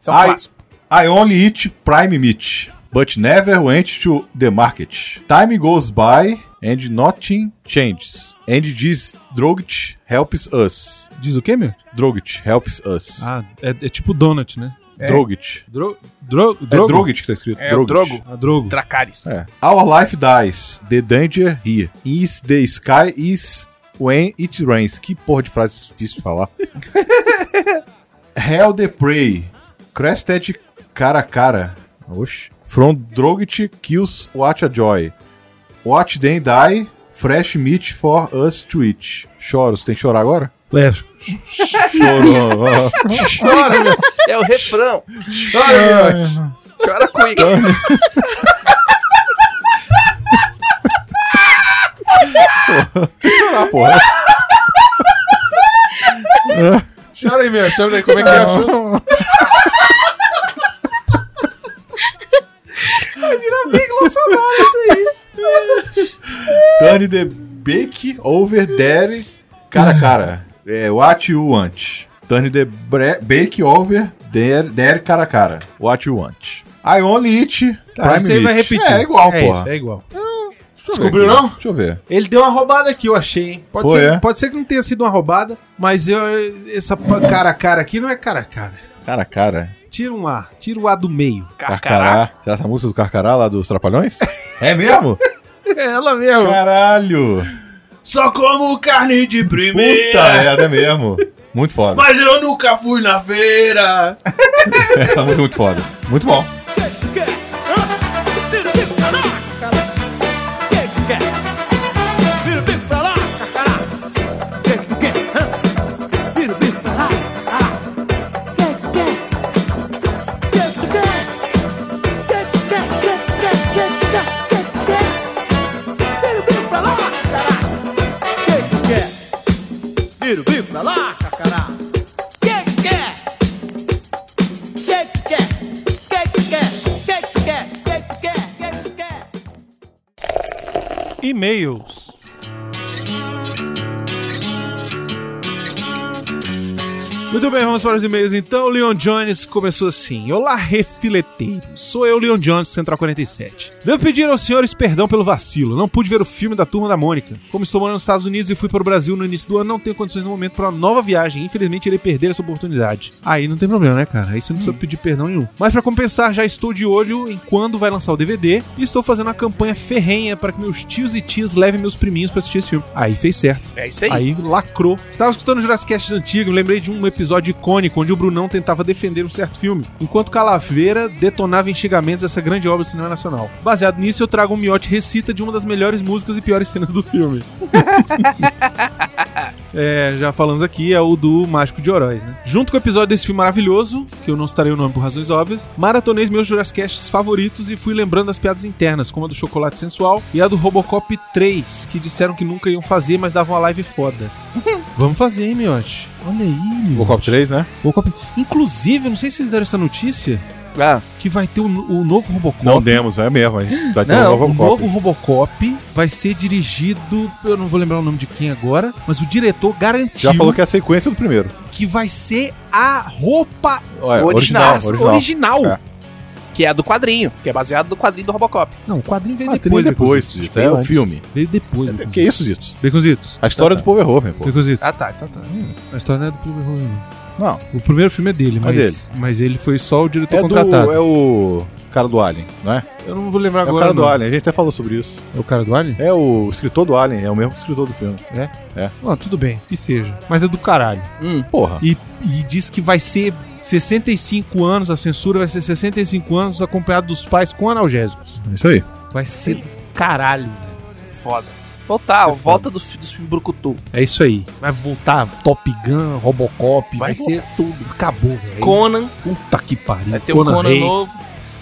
S2: Isso é um
S5: Ai.
S2: clássico.
S5: I only eat prime meat, but never went to the market. Time goes by and nothing changes. And this drogged helps us.
S1: Diz o quê, meu?
S5: Drogged helps us.
S1: Ah, é, é Ah, tipo donut, né?
S5: Drogit.
S1: Dro, dro,
S5: É
S1: drogo?
S5: Drogit que tá escrito.
S6: É, o
S5: Drogit.
S6: Drogo.
S1: Ah, drogo.
S2: Dracarys.
S5: É. Our life dies. The danger here. Is the sky is when it rains. Que porra de frase difícil de falar. Hell the prey. Crested cara a cara. Oxe. From Drogit kills what a joy. What they die. Fresh meat for us to eat. Choros. Tem que chorar agora?
S1: É,
S5: Choro.
S2: Chora, meu. É o refrão. Chora, meu. Chora, Quick.
S5: chorar, porra.
S6: Chora aí, meu. Chora aí. Como é que é? Chora.
S5: Turn the bake over there. Cara,
S1: Ah.
S5: a cara. É, what you want. Turn the bre- bake over there, there, cara, a cara. What you want. I only eat
S1: Tá, isso aí vai
S5: meat.
S1: repetir.
S5: É igual, porra.
S1: isso, é igual.
S5: Deixa eu ver
S1: Descobriu,
S5: aqui.
S1: não?
S5: Deixa eu ver.
S1: Ele deu uma roubada aqui, eu achei, hein? Pode,
S5: Foi,
S1: ser,
S5: é?
S1: pode ser que não tenha sido uma roubada, mas eu, essa pa- cara a cara aqui não é cara a cara.
S5: Cara, a cara.
S1: Tira um A, tira o A do meio.
S5: Carcará. Será essa música do Carcará lá dos Trapalhões? é mesmo?
S1: É ela mesmo.
S5: Caralho.
S1: Só como carne de
S5: Puta merda, é mesmo. Muito foda.
S1: mas eu nunca fui na feira.
S5: Essa música é muito foda. Muito bom.
S1: E-mails. Muito bem, vamos para os e-mails então. O Leon Jones começou assim: Olá, refileteiros. Sou eu, Leon Jones, Central 47. Devo pedir aos senhores perdão pelo vacilo. Não pude ver o filme da Turma da Mônica. Como estou morando nos Estados Unidos e fui para o Brasil no início do ano, não tenho condições no momento para uma nova viagem. Infelizmente, irei perder essa oportunidade. Aí não tem problema, né, cara? Aí você não precisa pedir perdão nenhum. Mas para compensar, já estou de olho em quando vai lançar o DVD e estou fazendo uma campanha ferrenha para que meus tios e tias levem meus priminhos para assistir esse filme. Aí fez certo.
S2: É isso aí.
S1: Aí lacrou. Estava escutando o Jurassic Cast antigo, me lembrei de um episódio icônico onde o Brunão tentava defender um certo filme, enquanto Calaveira detonava em xingamentos essa grande obra do cinema nacional. Baseado nisso, eu trago um miote recita de uma das melhores músicas e piores cenas do filme. É, já falamos aqui, é o do Mágico de Horóis, né? Junto com o episódio desse filme maravilhoso, que eu não citarei o nome por razões óbvias, maratonei meus Jurassic Casts favoritos e fui lembrando das piadas internas, como a do Chocolate Sensual e a do Robocop 3, que disseram que nunca iam fazer, mas davam uma live foda. Vamos fazer, hein, Miote? Olha aí, Miote.
S5: Robocop 3, né?
S1: Robocop- Inclusive, eu não sei se vocês deram essa notícia,
S2: Ah,
S1: que vai ter o, o novo Robocop.
S5: Não demos, é mesmo. hein? Vai ter
S1: Não,
S5: um novo
S1: o
S5: Robocop.
S1: novo Robocop vai ser dirigido, eu não vou lembrar o nome de quem agora, mas o diretor garantiu
S5: Já falou que é a sequência do primeiro.
S1: que vai ser a roupa
S5: Olha,
S2: Original,
S5: original,
S1: original.
S5: original. É.
S2: que é a do quadrinho, que é baseado no quadrinho do Robocop.
S1: Não, o quadrinho veio
S5: Ah,
S1: depois.
S5: depois, depois,
S1: Baconzitos.
S5: Zito, é
S1: Veio
S5: o
S1: antes. É, Tá,
S5: filme.
S1: Veio depois.
S5: É Que isso, Zito?
S1: Baconzitos.
S5: A história do Powerhoven, pô.
S1: Baconzitos.
S2: tá, então tá.
S1: A história não é do Pulver Rolling.
S5: Não,
S1: O primeiro filme é dele, mas,
S5: dele.
S1: mas ele foi só o diretor
S5: é
S1: contratado.
S5: do... É o cara do Alien, não é?
S1: Eu não vou lembrar
S5: É o
S1: agora.
S5: cara do
S1: não.
S5: Alien, a gente até falou sobre isso.
S1: É o cara do Alien?
S5: É o escritor do Alien, é o mesmo escritor do filme. né?
S1: Não, tudo bem, que seja. Mas é do caralho.
S2: Hum.
S5: Porra.
S1: E, e diz que vai ser 65 anos, a censura vai ser 65 anos acompanhado dos pais com analgésicos.
S5: É Isso aí.
S1: Vai ser caralho.
S2: É Foda. Voltar, volta do, fi- dos filmes Brucutu.
S1: É isso aí. Vai voltar Top Gun, Robocop, vai,
S2: Vai
S1: ser tudo. Acabou, velho.
S2: Conan,
S1: Puta que pariu.
S2: vai ter o Conan
S1: Rei.
S2: novo.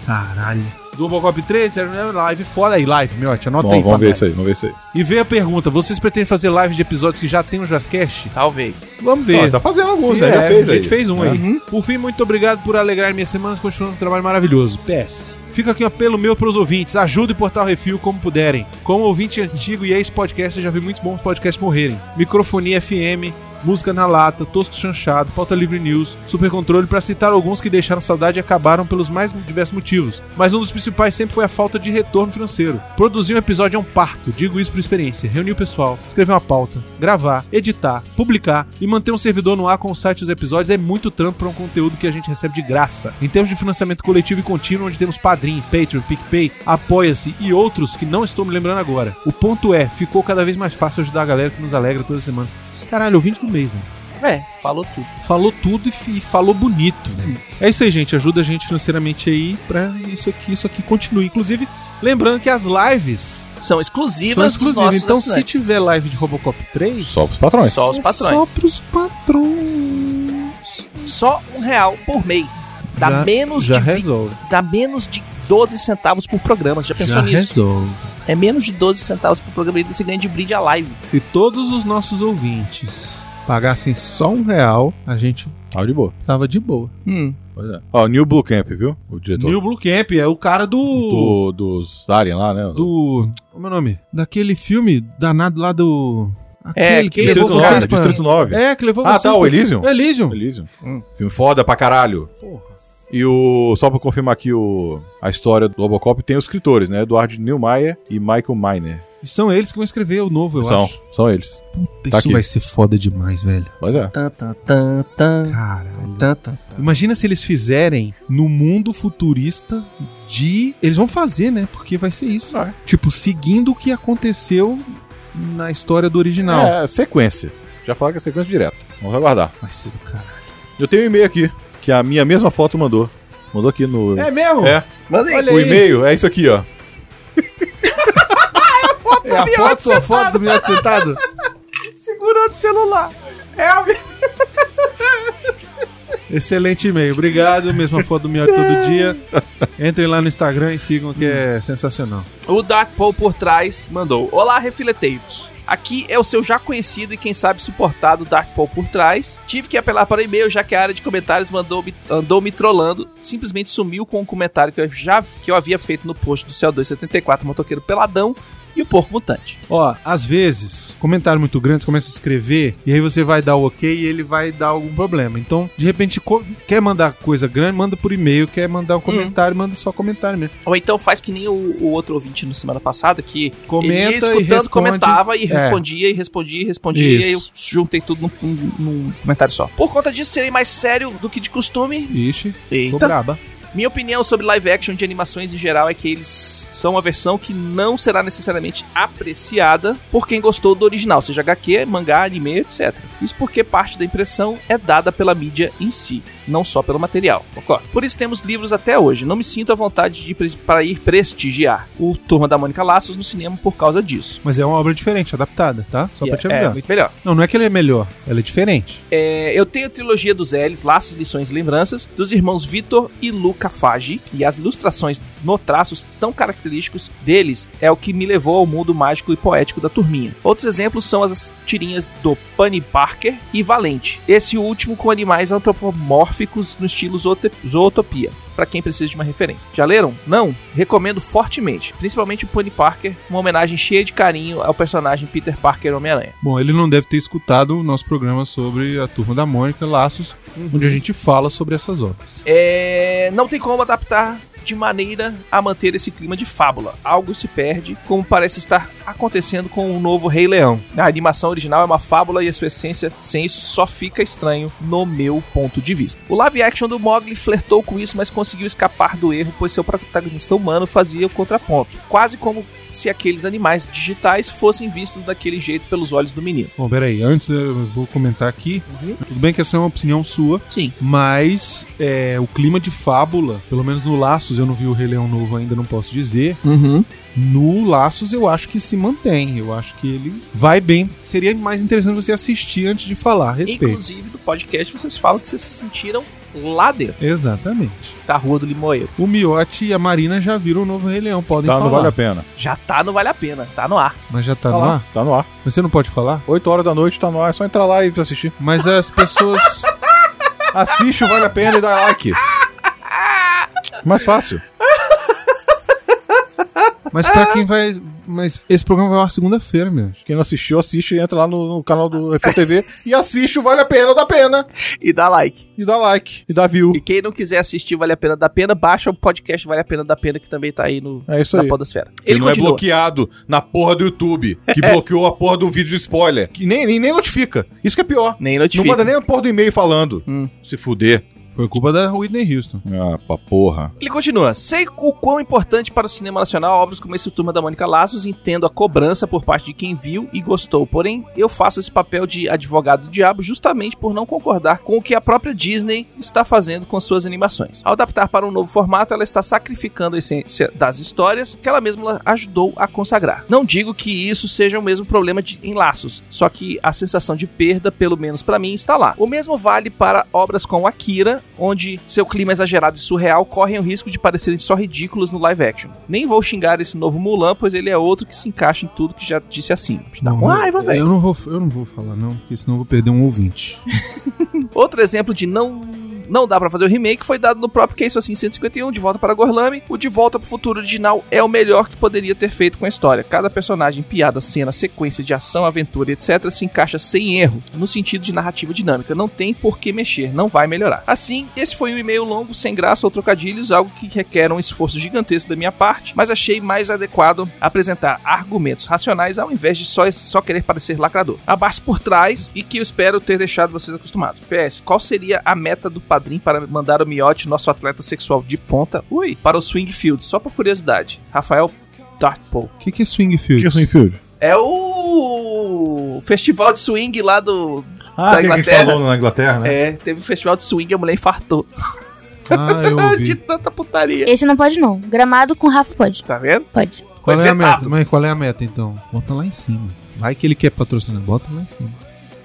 S1: Caralho. Do Robocop 3, era live foda aí, live, miote. Anota
S5: Bom,
S1: aí.
S5: vamos ver
S1: papai.
S5: isso aí, vamos ver isso aí.
S1: E veio a pergunta: vocês pretendem fazer live de episódios que já tem o Jazzcast?
S2: Talvez.
S1: Vamos ver.
S5: Ó, tá fazendo alguns,
S1: Sim,
S5: né? Já
S1: é,
S5: fez
S1: a
S5: aí.
S1: gente fez um
S5: É.
S1: aí. Por fim, muito obrigado por alegrar minhas semanas continuando um trabalho maravilhoso. PS. Fica aqui um apelo meu para os ouvintes. Ajudem o Portal Refil como puderem. Como ouvinte antigo e ex-podcast, eu já vi muitos bons podcasts morrerem. Microfonia FM, Música na Lata, Tosco Chanchado, Pauta Livre News, Super Controle, pra citar alguns que deixaram saudade e acabaram pelos mais diversos motivos. Mas um dos principais sempre foi a falta de retorno financeiro. Produzir um episódio é um parto, digo isso por experiência. Reunir o pessoal, escrever uma pauta, gravar, editar, publicar e manter um servidor no ar com o site e os episódios é muito trampo para um conteúdo que a gente recebe de graça. Em termos de financiamento coletivo e contínuo, onde temos Padrim, Patreon, PicPay, Apoia-se e outros que não estou me lembrando agora. O ponto é, ficou cada vez mais fácil ajudar a galera que nos alegra todas as semanas. Caralho, ouvinte do mês, mano.
S2: É, falou tudo.
S1: Falou tudo e, fi- e falou bonito, velho. É isso aí, gente. Ajuda a gente financeiramente aí pra isso aqui, isso aqui continue. Inclusive, lembrando que as lives
S2: São exclusivas
S1: são
S2: dos
S1: exclusivas.
S2: nossos
S1: Então, se
S2: assinantes.
S1: tiver live de Robocop 3,
S5: Só pros patrões.
S2: Só os
S1: é
S2: patrões.
S1: Só pros patrões.
S2: Só um real por mês. Dá
S1: Já-
S2: menos
S1: Já
S2: de vinte-
S1: resolve.
S2: dá menos de 12 centavos por programa. Você já pensou
S1: Já
S2: nisso?
S1: resolve.
S2: É menos de 12 centavos por programa e você ganha de brinde a live.
S1: Se todos os nossos ouvintes pagassem só um real, a gente
S5: Tava Tá de boa.
S1: tava de boa.
S5: Pois é. Ó, o Neil Blue Camp, viu? O diretor
S1: Neil Blomkamp é o cara do...
S5: do, dos Alien lá, né?
S1: Do... Como é o nome? Daquele filme danado lá do...
S2: É, que
S1: levou
S5: Distrito 9,
S1: vocês pra...
S5: Distrito 9.
S1: É, que levou
S5: Ah,
S1: vocês
S5: tá, o
S1: pra- É,
S5: Elysium?
S1: Elysium.
S5: Elysium. Hum. Filme foda pra caralho. E o. Só pra confirmar aqui o, a história do Robocop, tem os escritores, né? Eduardo Neumeier e Michael Miner.
S1: E são eles que vão escrever o novo, eu
S5: São,
S1: acho.
S5: são eles.
S1: Puta, isso
S5: Tá aqui.
S1: vai ser foda demais, velho.
S5: Pois é.
S2: Tan, tan, tan, tan,
S1: Caralho.
S2: tan, tan.
S1: Imagina se eles fizerem no mundo futurista de... Eles vão fazer, né? Porque vai ser isso.
S5: Vai.
S1: Tipo, seguindo o que aconteceu na história do original.
S5: É, sequência. Já falaram que é sequência direta. Vamos aguardar.
S1: Vai ser do caralho.
S5: Eu tenho um e-mail aqui, que a minha mesma foto mandou. Mandou aqui no.
S1: É mesmo?
S5: É.
S2: Manda aí.
S5: o e-mail é isso aqui, ó.
S1: É a foto, a foto do Miote sentado?
S2: Segurando o celular. É a minha.
S1: Excelente e-mail. Obrigado. Mesma foto do Miote todo dia. Entrem lá no Instagram e sigam que é sensacional.
S2: O Dark Paul por trás mandou: Olá, refileteiros. Aqui é o seu já conhecido e quem sabe suportado Dark Paul por trás. Tive que apelar para o e-mail, já que a área de comentários mandou me- andou me trollando. Simplesmente sumiu com um comentário que eu, já, que eu havia feito no post do CO274 Motoqueiro Peladão e o Porco Mutante.
S1: Ó, às vezes, comentário muito grande, você começa a escrever e aí você vai dar o ok e ele vai dar algum problema. Então, de repente, co- quer mandar coisa grande, manda por e-mail. Quer mandar
S2: Hum.
S1: um comentário, manda só comentário mesmo.
S2: Ou então faz que nem o, o outro ouvinte na semana passada, que
S1: Comenta
S2: ele ia escutando,
S1: e responde.
S2: comentava e
S1: É.
S2: respondia e respondia e respondia.
S1: Isso.
S2: E eu juntei tudo num, num- num comentário só. Por conta disso, serei mais sério do que de costume.
S1: Ixi, tô
S2: Eita.
S1: braba.
S2: Minha opinião sobre live action de animações em geral é que eles são uma versão que não será necessariamente apreciada por quem gostou do original, seja HQ, mangá, anime, etc. Isso porque parte da impressão é dada pela mídia em si, não só pelo material. concorda? Por isso temos livros até hoje. Não me sinto à vontade de ir pre- para ir prestigiar o Turma da Mônica Laços no cinema por causa disso.
S1: Mas é uma obra diferente, adaptada, tá? Só pra te
S2: É,
S1: avisar.
S2: muito melhor.
S1: Não, não é que ele é melhor, ela é diferente.
S2: É, eu tenho a trilogia dos L's, Laços, Lições e Lembranças, dos irmãos Vitor e Luca Fagi, e as ilustrações no traços tão característicos deles é o que me levou ao mundo mágico e poético da turminha. Outros exemplos são as tirinhas do Pani Parker e Valente, esse último com animais antropomórficos no estilo zoote- zootopia. Pra quem precisa de uma referência. Já leram? Não? Recomendo fortemente. Principalmente o Pony Parker, uma homenagem cheia de carinho ao personagem Peter Parker Homem-Aranha.
S1: Bom, ele não deve ter escutado o nosso programa sobre a turma da Mônica, Laços, onde a
S2: Uhum.
S1: gente fala sobre essas obras.
S2: É, não tem como adaptar de maneira a manter esse clima de fábula. Algo se perde, como parece estar acontecendo com o novo Rei Leão. A animação original é uma fábula e a sua essência, sem isso, só fica estranho no meu ponto de vista. O live action do Mogli flertou com isso, mas conseguiu escapar do erro, pois seu protagonista humano fazia o contraponto, quase como se aqueles animais digitais fossem vistos daquele jeito pelos olhos do menino.
S1: Bom, peraí, antes eu vou comentar aqui. Tudo bem que essa é uma opinião sua,
S2: Uhum. Sim.
S1: mas é, o clima de fábula, pelo menos no Laços, eu não vi o Rei Leão novo ainda, não posso dizer.
S2: Uhum.
S1: No Laços eu acho que se mantém, eu acho que ele vai bem. Seria mais interessante você assistir antes de falar a respeito.
S2: Inclusive, no podcast, vocês falam que vocês se sentiram lá dentro
S1: Exatamente.
S2: da Rua do Limoeiro.
S1: O Miote e a Marina já viram o novo Rei Leão, podem
S5: Tá,
S1: falar.
S5: não vale a pena.
S2: Já tá, não vale a pena, tá no ar.
S1: Mas já tá,
S5: Tá
S1: lá?
S5: lá, tá no ar.
S1: Mas você não pode falar?
S5: 8 horas da noite, tá no ar. É só entrar lá e assistir.
S1: Mas as pessoas.
S5: Assiste, o vale a pena e dá like. Mais fácil.
S1: Mas pra quem vai. Mas esse programa vai ao ar segunda-feira, meu.
S5: Quem não assistiu, assiste e entra lá no, no canal do FTV e assiste o Vale a Pena da Pena.
S2: E dá like.
S5: E dá like, e dá view.
S2: E quem não quiser assistir Vale a Pena da Pena, baixa o podcast Vale a Pena da Pena, que também tá aí no,
S5: É isso
S2: na
S5: aí.
S2: podosfera.
S5: Ele,
S2: Ele
S5: não é
S2: continua.
S5: bloqueado na porra do YouTube, que bloqueou a porra do vídeo de spoiler. Que nem, nem, nem notifica. Isso que é pior.
S2: Nem
S5: Não
S2: notifica.
S5: manda nem a porra do e-mail falando.
S2: Hum.
S5: Se fuder.
S1: Foi culpa da Whitney Houston.
S5: Ah, pra porra.
S2: Ele continua. Sei o quão importante para o cinema nacional obras como esse o Turma da Mônica Laços, entendo a cobrança por parte de quem viu e gostou. Porém, eu faço esse papel de advogado do diabo justamente por não concordar com o que a própria Disney está fazendo com suas animações. Ao adaptar para um novo formato, ela está sacrificando a essência das histórias que ela mesma ajudou a consagrar. Não digo que isso seja o mesmo problema de, em Laços, só que a sensação de perda, pelo menos para mim, está lá. O mesmo vale para obras como Akira, onde seu clima exagerado e surreal correm o risco de parecerem só ridículos no live action. Nem vou xingar esse novo Mulan, pois ele é outro que se encaixa em tudo que já disse acima. Tá com raiva, velho.
S1: eu não é, vou, eu não vou falar, não, porque senão eu vou perder um ouvinte.
S2: Outro exemplo de não não dá pra fazer o remake foi dado no próprio Case assim 151 de volta para Gorlami. O de volta pro futuro original é o melhor que poderia ter feito com a história. Cada personagem, piada, cena, sequência de ação, aventura, etc, se encaixa sem erro no sentido de narrativa dinâmica. Não tem por que mexer, não vai melhorar. Assim, esse foi um e-mail longo, sem graça ou trocadilhos, algo que requer um esforço gigantesco da minha parte, mas achei mais adequado apresentar argumentos racionais ao invés de só, só querer parecer lacrador. Abaixo por trás e que eu espero ter deixado vocês acostumados. PS, qual seria a meta do padrinho para mandar o Miote, nosso atleta sexual de ponta, ui, para o Swing Field? Só por curiosidade. Rafael Dartpool.
S1: O que, que é swing field?
S5: Swingfield?
S2: É o festival de swing lá do... Da
S5: Ah, aquele que a gente
S2: Inglaterra.
S5: falou na Inglaterra, né?
S2: É, teve um festival de swing e a mulher infartou.
S1: Ah, eu
S2: de
S1: ouvi.
S2: tanta putaria.
S7: Esse não pode, não. Gramado com Rafa pode.
S2: Tá vendo?
S7: Pode.
S1: Qual
S2: Foi
S1: é a
S2: vetado.
S1: meta? Mas qual é a meta, então? Bota lá em cima. Vai que ele quer patrocinar, bota lá em cima.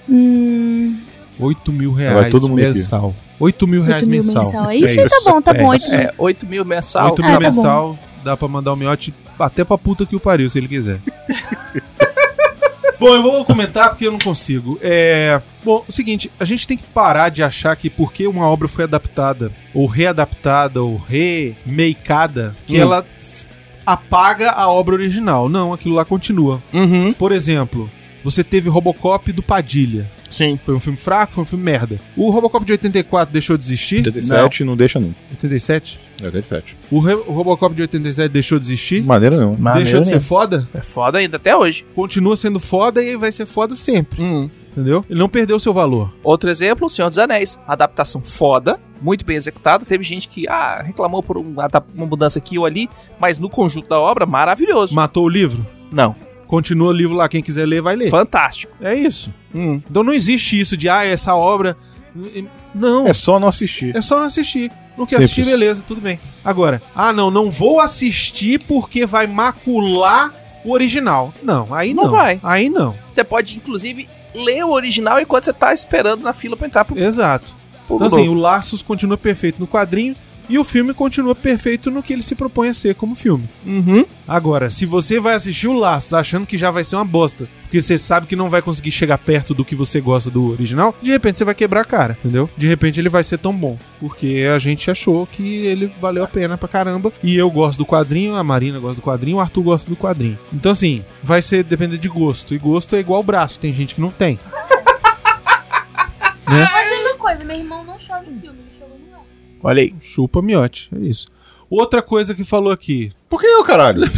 S7: Hum,
S1: 8 mil reais
S5: Vai todo mundo aqui.
S1: mensal. 8 mil reais
S7: 8 mil
S1: mensal.
S7: mensal. É isso
S5: É
S7: aí, tá bom, tá
S1: É
S7: bom.
S1: isso.
S7: 8 mil.
S2: É, 8 mil mensal.
S1: 8
S7: Ah,
S1: mil
S7: tá bom.
S1: mensal, dá pra mandar o miote até pra puta que o pariu, se ele quiser. Bom, eu vou comentar porque eu não consigo. É. Bom, o seguinte, a gente tem que parar de achar que porque uma obra foi adaptada, ou readaptada, ou remakeada, que
S2: Hum.
S1: ela f- apaga a obra original. Não, aquilo lá continua.
S2: Uhum.
S1: Por exemplo, você teve Robocop do Padilha.
S2: Sim.
S1: Foi um filme fraco, foi um filme merda. O Robocop de 84 deixou de existir?
S5: 87 não, deixa nunca.
S1: 87?
S5: É 87.
S1: O, Re- o Robocop de 87 deixou de existir?
S5: De maneira nenhuma.
S1: deixou
S5: né?
S1: de ser foda?
S2: É foda ainda até hoje.
S1: Continua sendo foda e vai ser foda sempre, entendeu? Ele não perdeu seu valor.
S2: Outro exemplo, O Senhor dos Anéis. Adaptação foda, muito bem executada. Teve gente que ah, reclamou por um- adap- uma mudança aqui ou ali, mas no conjunto da obra, maravilhoso.
S1: Matou o livro?
S2: Não,
S1: Continua o livro lá, quem quiser ler, vai ler.
S2: fantástico.
S1: É isso.
S2: Hum.
S1: Então não existe isso de, ah, essa obra... Não,
S5: É só não assistir.
S1: é só não assistir. Não quer
S5: Simples.
S1: assistir, beleza, tudo bem. Agora, ah, não, não vou assistir porque vai macular o original. Não, aí não.
S2: Não vai.
S1: Aí não,
S2: Você pode, inclusive, ler o original enquanto você tá esperando na fila pra entrar pro,
S1: exato.
S2: pro
S1: É, Então,
S2: novo.
S1: assim, o Laços continua perfeito no quadrinho e o filme continua perfeito no que ele se propõe a ser como filme.
S2: Uhum.
S1: Agora, se você vai assistir o Laços achando que já vai ser uma bosta, porque você sabe que não vai conseguir chegar perto do que você gosta do original, de repente você vai quebrar a cara, entendeu? De repente ele vai ser tão bom, porque a gente achou que ele valeu a pena pra caramba. E eu gosto do quadrinho, a Marina gosta do quadrinho, o Arthur gosta do quadrinho. Então, assim, vai ser depender de gosto. E gosto é igual braço, tem gente que não tem.
S4: Mas tem uma coisa, meu irmão não chora em filme, ele chorou no Elf.
S2: Olha aí.
S1: Chupa miote, é isso. Outra coisa que falou aqui,
S5: Por que eu, caralho?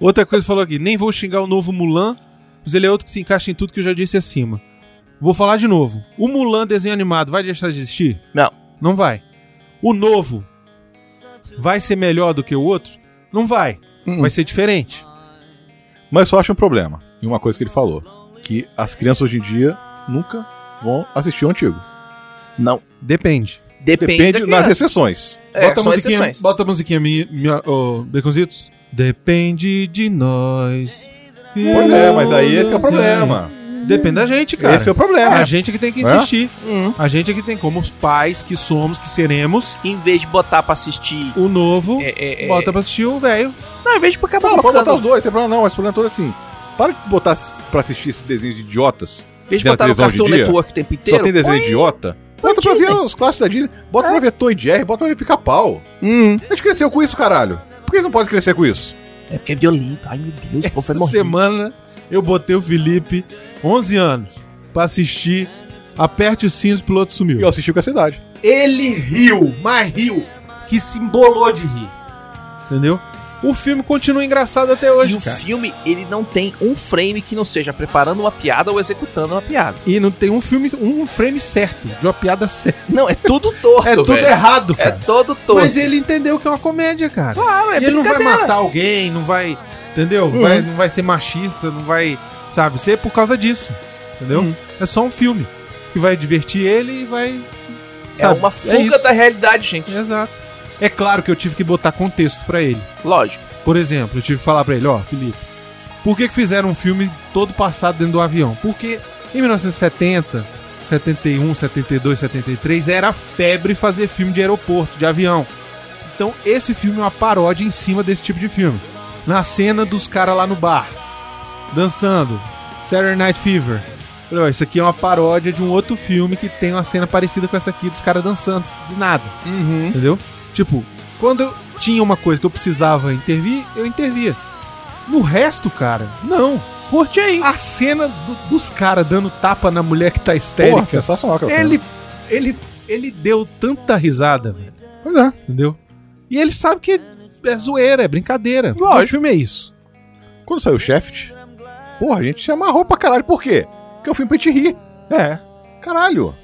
S1: Outra coisa falou aqui, nem vou xingar o novo Mulan, mas ele é outro que se encaixa em tudo que eu já disse acima. Vou falar de novo. O Mulan desenho animado vai deixar de existir?
S2: Não.
S1: Não vai. O novo vai ser melhor do que o outro? Não vai.
S2: Hum.
S1: Vai ser diferente.
S5: Mas só acho um problema. E uma coisa que ele falou: que as crianças hoje em dia nunca vão assistir o antigo.
S2: Não.
S1: Depende.
S2: Depende,
S5: Depende
S2: da
S5: nas
S2: criança.
S5: exceções.
S2: É,
S1: bota, a
S2: são
S1: musiquinha,
S2: exceções.
S1: bota a musiquinha minha, minha ô, Baconzitos. Depende de nós.
S5: Pois é, mas aí esse é o problema.
S1: Depende da gente, cara.
S5: Esse é o problema.
S1: A gente é que tem que
S5: É?
S1: insistir.
S2: Hum.
S1: A gente é que tem como os pais que somos, que seremos,
S2: Em vez de botar pra assistir...
S1: o novo,
S2: É, é, é.
S1: bota pra assistir o velho.
S2: Não, em vez de acabar
S1: tá
S5: Não, pode
S2: colocando-
S5: botar os dois, não tem problema não, mas o problema todo é assim. Para de botar s- pra assistir esses desenhos de idiotas.
S2: Em vez de
S5: na
S2: botar no
S5: televisão hoje em
S2: Cartoon
S5: dia,
S2: Network o tempo inteiro.
S5: Só tem desenho idiota. Bota pra
S2: É.
S5: ver os clássicos da Disney, bota pra ver Tom e Jerry, bota pra ver Pica-Pau.
S2: Hum.
S1: Uhum.
S5: A gente cresceu com isso, caralho.
S2: Por
S5: que eles não podem crescer com isso?
S2: É porque é violento. Ai, meu Deus, o povo é vai
S1: Essa semana eu botei o Felipe, 11 anos, pra assistir. Aperte os cintos, o piloto
S5: E eu
S1: sumiu.
S5: assisti com essa idade.
S8: Ele riu, mas riu. Que se embolou de rir.
S1: Entendeu? O filme continua engraçado até
S2: E
S1: hoje,
S2: o
S1: cara.
S2: filme, ele não tem um frame que não seja preparando uma piada ou executando uma piada.
S1: E não tem um filme, um frame certo, de uma piada certa.
S2: Não, é tudo torto,
S1: É tudo
S2: velho.
S1: errado,
S2: É
S1: cara.
S2: todo torto.
S1: Mas ele entendeu que é uma comédia, cara.
S2: Claro, é
S1: e ele não vai
S2: brincadeira.
S1: matar alguém, não vai. Entendeu? Vai- não vai ser machista, não vai. Sabe? Ser por causa disso. Entendeu? É só um filme que vai divertir ele e vai.
S2: é uma fuga
S1: isso.
S2: da realidade, gente.
S1: Exato. É claro que eu tive que botar contexto pra ele.
S2: Lógico.
S1: Por exemplo, eu tive que falar pra ele: ó, Felipe, por que, que fizeram um filme todo passado dentro do avião? Porque em 1970, 71, 72, 73 era febre fazer filme de aeroporto, de avião. Então esse filme é uma paródia em cima desse tipo de filme. Na cena dos caras lá no bar, dançando, Saturday Night Fever. Eu Falei, ó, isso aqui é uma paródia de um outro filme que tem uma cena parecida com essa aqui dos caras dançando, do nada.
S2: Uhum.
S1: Entendeu? Tipo, quando eu tinha uma coisa que eu precisava intervir, eu intervia. No resto, cara, não.
S2: Curte aí.
S1: A cena do- dos caras dando tapa na mulher que tá
S5: Porra,
S1: histérica,
S5: sensacional aquela cena.
S1: ele, ele, ele deu tanta risada, velho.
S5: Pois é.
S1: Entendeu? E ele sabe que é zoeira, é brincadeira.
S2: Lógico.
S1: O filme é isso.
S5: Quando saiu o Shaft, porra, a gente se amarrou pra caralho. Por quê? Porque é um filme pra gente rir.
S1: É.
S5: Caralho.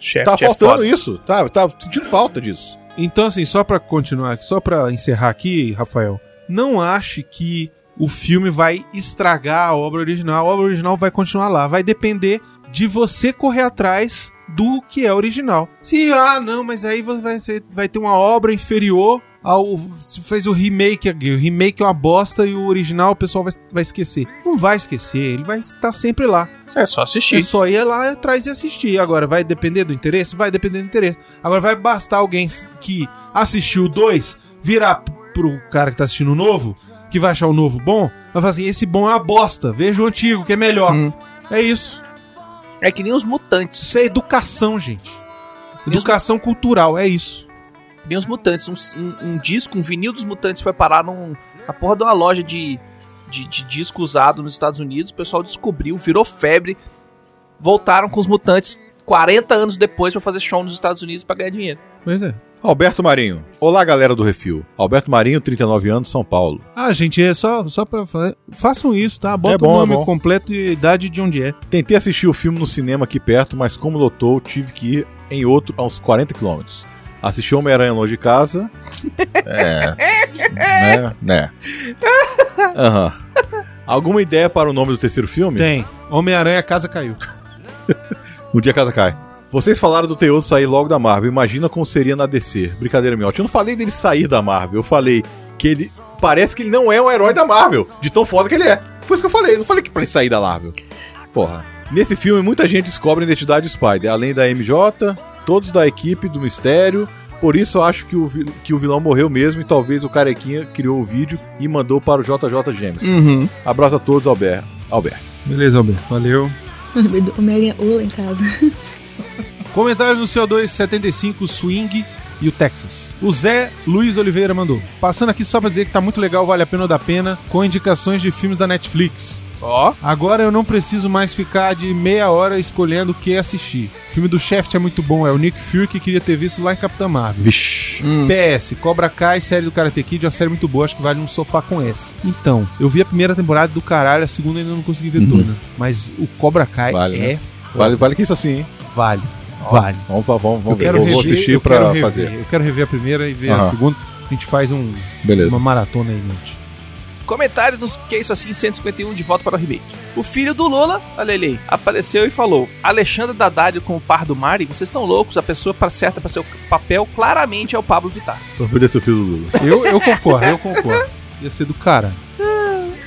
S2: Chefe,
S5: tá faltando isso. Tá, tá sentindo falta disso.
S1: Então, assim, só pra continuar aqui, só pra encerrar aqui, Rafael, não ache que o filme vai estragar a obra original. A obra original vai continuar lá. Vai depender de você correr atrás do que é original. Se, ah, não, mas aí você vai, ser- vai ter uma obra inferior ao. Se fez o remake aqui. O remake é uma bosta e o original o pessoal vai, vai esquecer. Não vai esquecer, ele vai estar sempre lá.
S2: É só
S1: É
S2: assistir.
S1: só ir lá atrás e assistir. Agora, vai depender do interesse? Vai depender do interesse. Agora, vai bastar alguém f- que assistiu o 2 virar p- pro cara que tá assistindo o novo, que vai achar o novo bom, vai falar assim: esse bom é uma bosta, veja o antigo, que é melhor.
S2: Hum.
S1: É isso.
S2: É que nem os mutantes.
S1: Isso é educação, gente.
S2: Mesmo-
S1: Educação cultural, é isso.
S2: que Nem os mutantes. Um, um- um disco, um vinil dos mutantes foi parar num, na porra de uma loja de, de, de disco usado nos Estados Unidos. O pessoal descobriu, virou febre. Voltaram com os mutantes 40 anos depois pra fazer show nos Estados Unidos pra ganhar dinheiro.
S1: Pois é.
S5: Alberto Marinho. Olá, galera do Refil. Alberto Marinho, 39 anos, São Paulo.
S1: Ah, gente, é só, só pra falar. Façam isso, tá? Bota
S5: É bom,
S1: o
S5: é
S1: nome
S5: bom.
S1: completo e idade de onde é.
S5: Tentei assistir o filme no cinema aqui perto, mas como lotou, tive que ir em outro a uns 40 quilômetros. Assisti Homem-Aranha longe de casa. É. né? Né? Aham. Alguma ideia para o nome do terceiro filme?
S1: Tem. Homem-Aranha, Casa Caiu.
S5: Um dia a casa cai. Vocês falaram do Teodo sair logo da Marvel. Imagina como seria na DC. Brincadeira, minha. Eu não falei dele sair da Marvel. Eu falei que ele. Parece que ele não é um herói da Marvel. De tão foda que ele é. Foi isso que eu falei. Eu não falei que pra ele sair da Marvel. Porra. Nesse filme, muita gente descobre a identidade do Spider. Além da MJ, todos da equipe do mistério. Por isso, eu acho que o, vil- que o vilão morreu mesmo. E talvez o carequinha criou o vídeo e mandou para o JJ James.
S2: Uhum.
S5: Abraço a todos, Albert. Albert.
S1: Beleza, Alberto. Valeu.
S7: Lembra do Homem-Aranha Ola em casa.
S1: Comentários no CO2 75 Swing e o Texas. O Zé Luiz Oliveira mandou. Passando aqui só pra dizer que tá muito legal, vale a pena ou da pena, com indicações de filmes da Netflix.
S2: Ó.
S1: Agora eu não preciso mais ficar de meia hora escolhendo o que assistir. O filme do Shaft é muito bom, é o Nick Fury que queria ter visto lá em Capitã Marvel.
S5: Vixe.
S2: Hum.
S1: PS, Cobra Kai, série do Karate Kid, é uma série muito boa, acho que vale um sofá com S. Então, eu vi a primeira temporada do caralho, a segunda ainda não consegui ver toda. Mas o Cobra Kai
S5: Uhum. Vale, né?
S1: é
S5: Vale, vale que isso assim, hein?
S1: vale. Vale.
S5: Vamos, vamos, vamos.
S1: Eu quero
S5: vou, vou
S1: assistir,
S5: assistir
S1: eu
S5: pra
S1: quero rever.
S5: fazer.
S1: Eu quero rever a primeira e ver a
S5: Aham.
S1: segunda. A gente faz um-
S5: Beleza.
S1: uma maratona aí, gente.
S2: Comentários nos Que Isso Assim 151 de volta para o remake. O filho do Lula, olha ele aí, apareceu e falou: Alexandre Haddad com o par do Mari, vocês estão loucos, a pessoa pra- certa para seu papel claramente é o Pablo Vittar.
S5: Pra poder ser o filho do Lula.
S1: Eu, eu concordo, eu concordo. Ia ser do cara.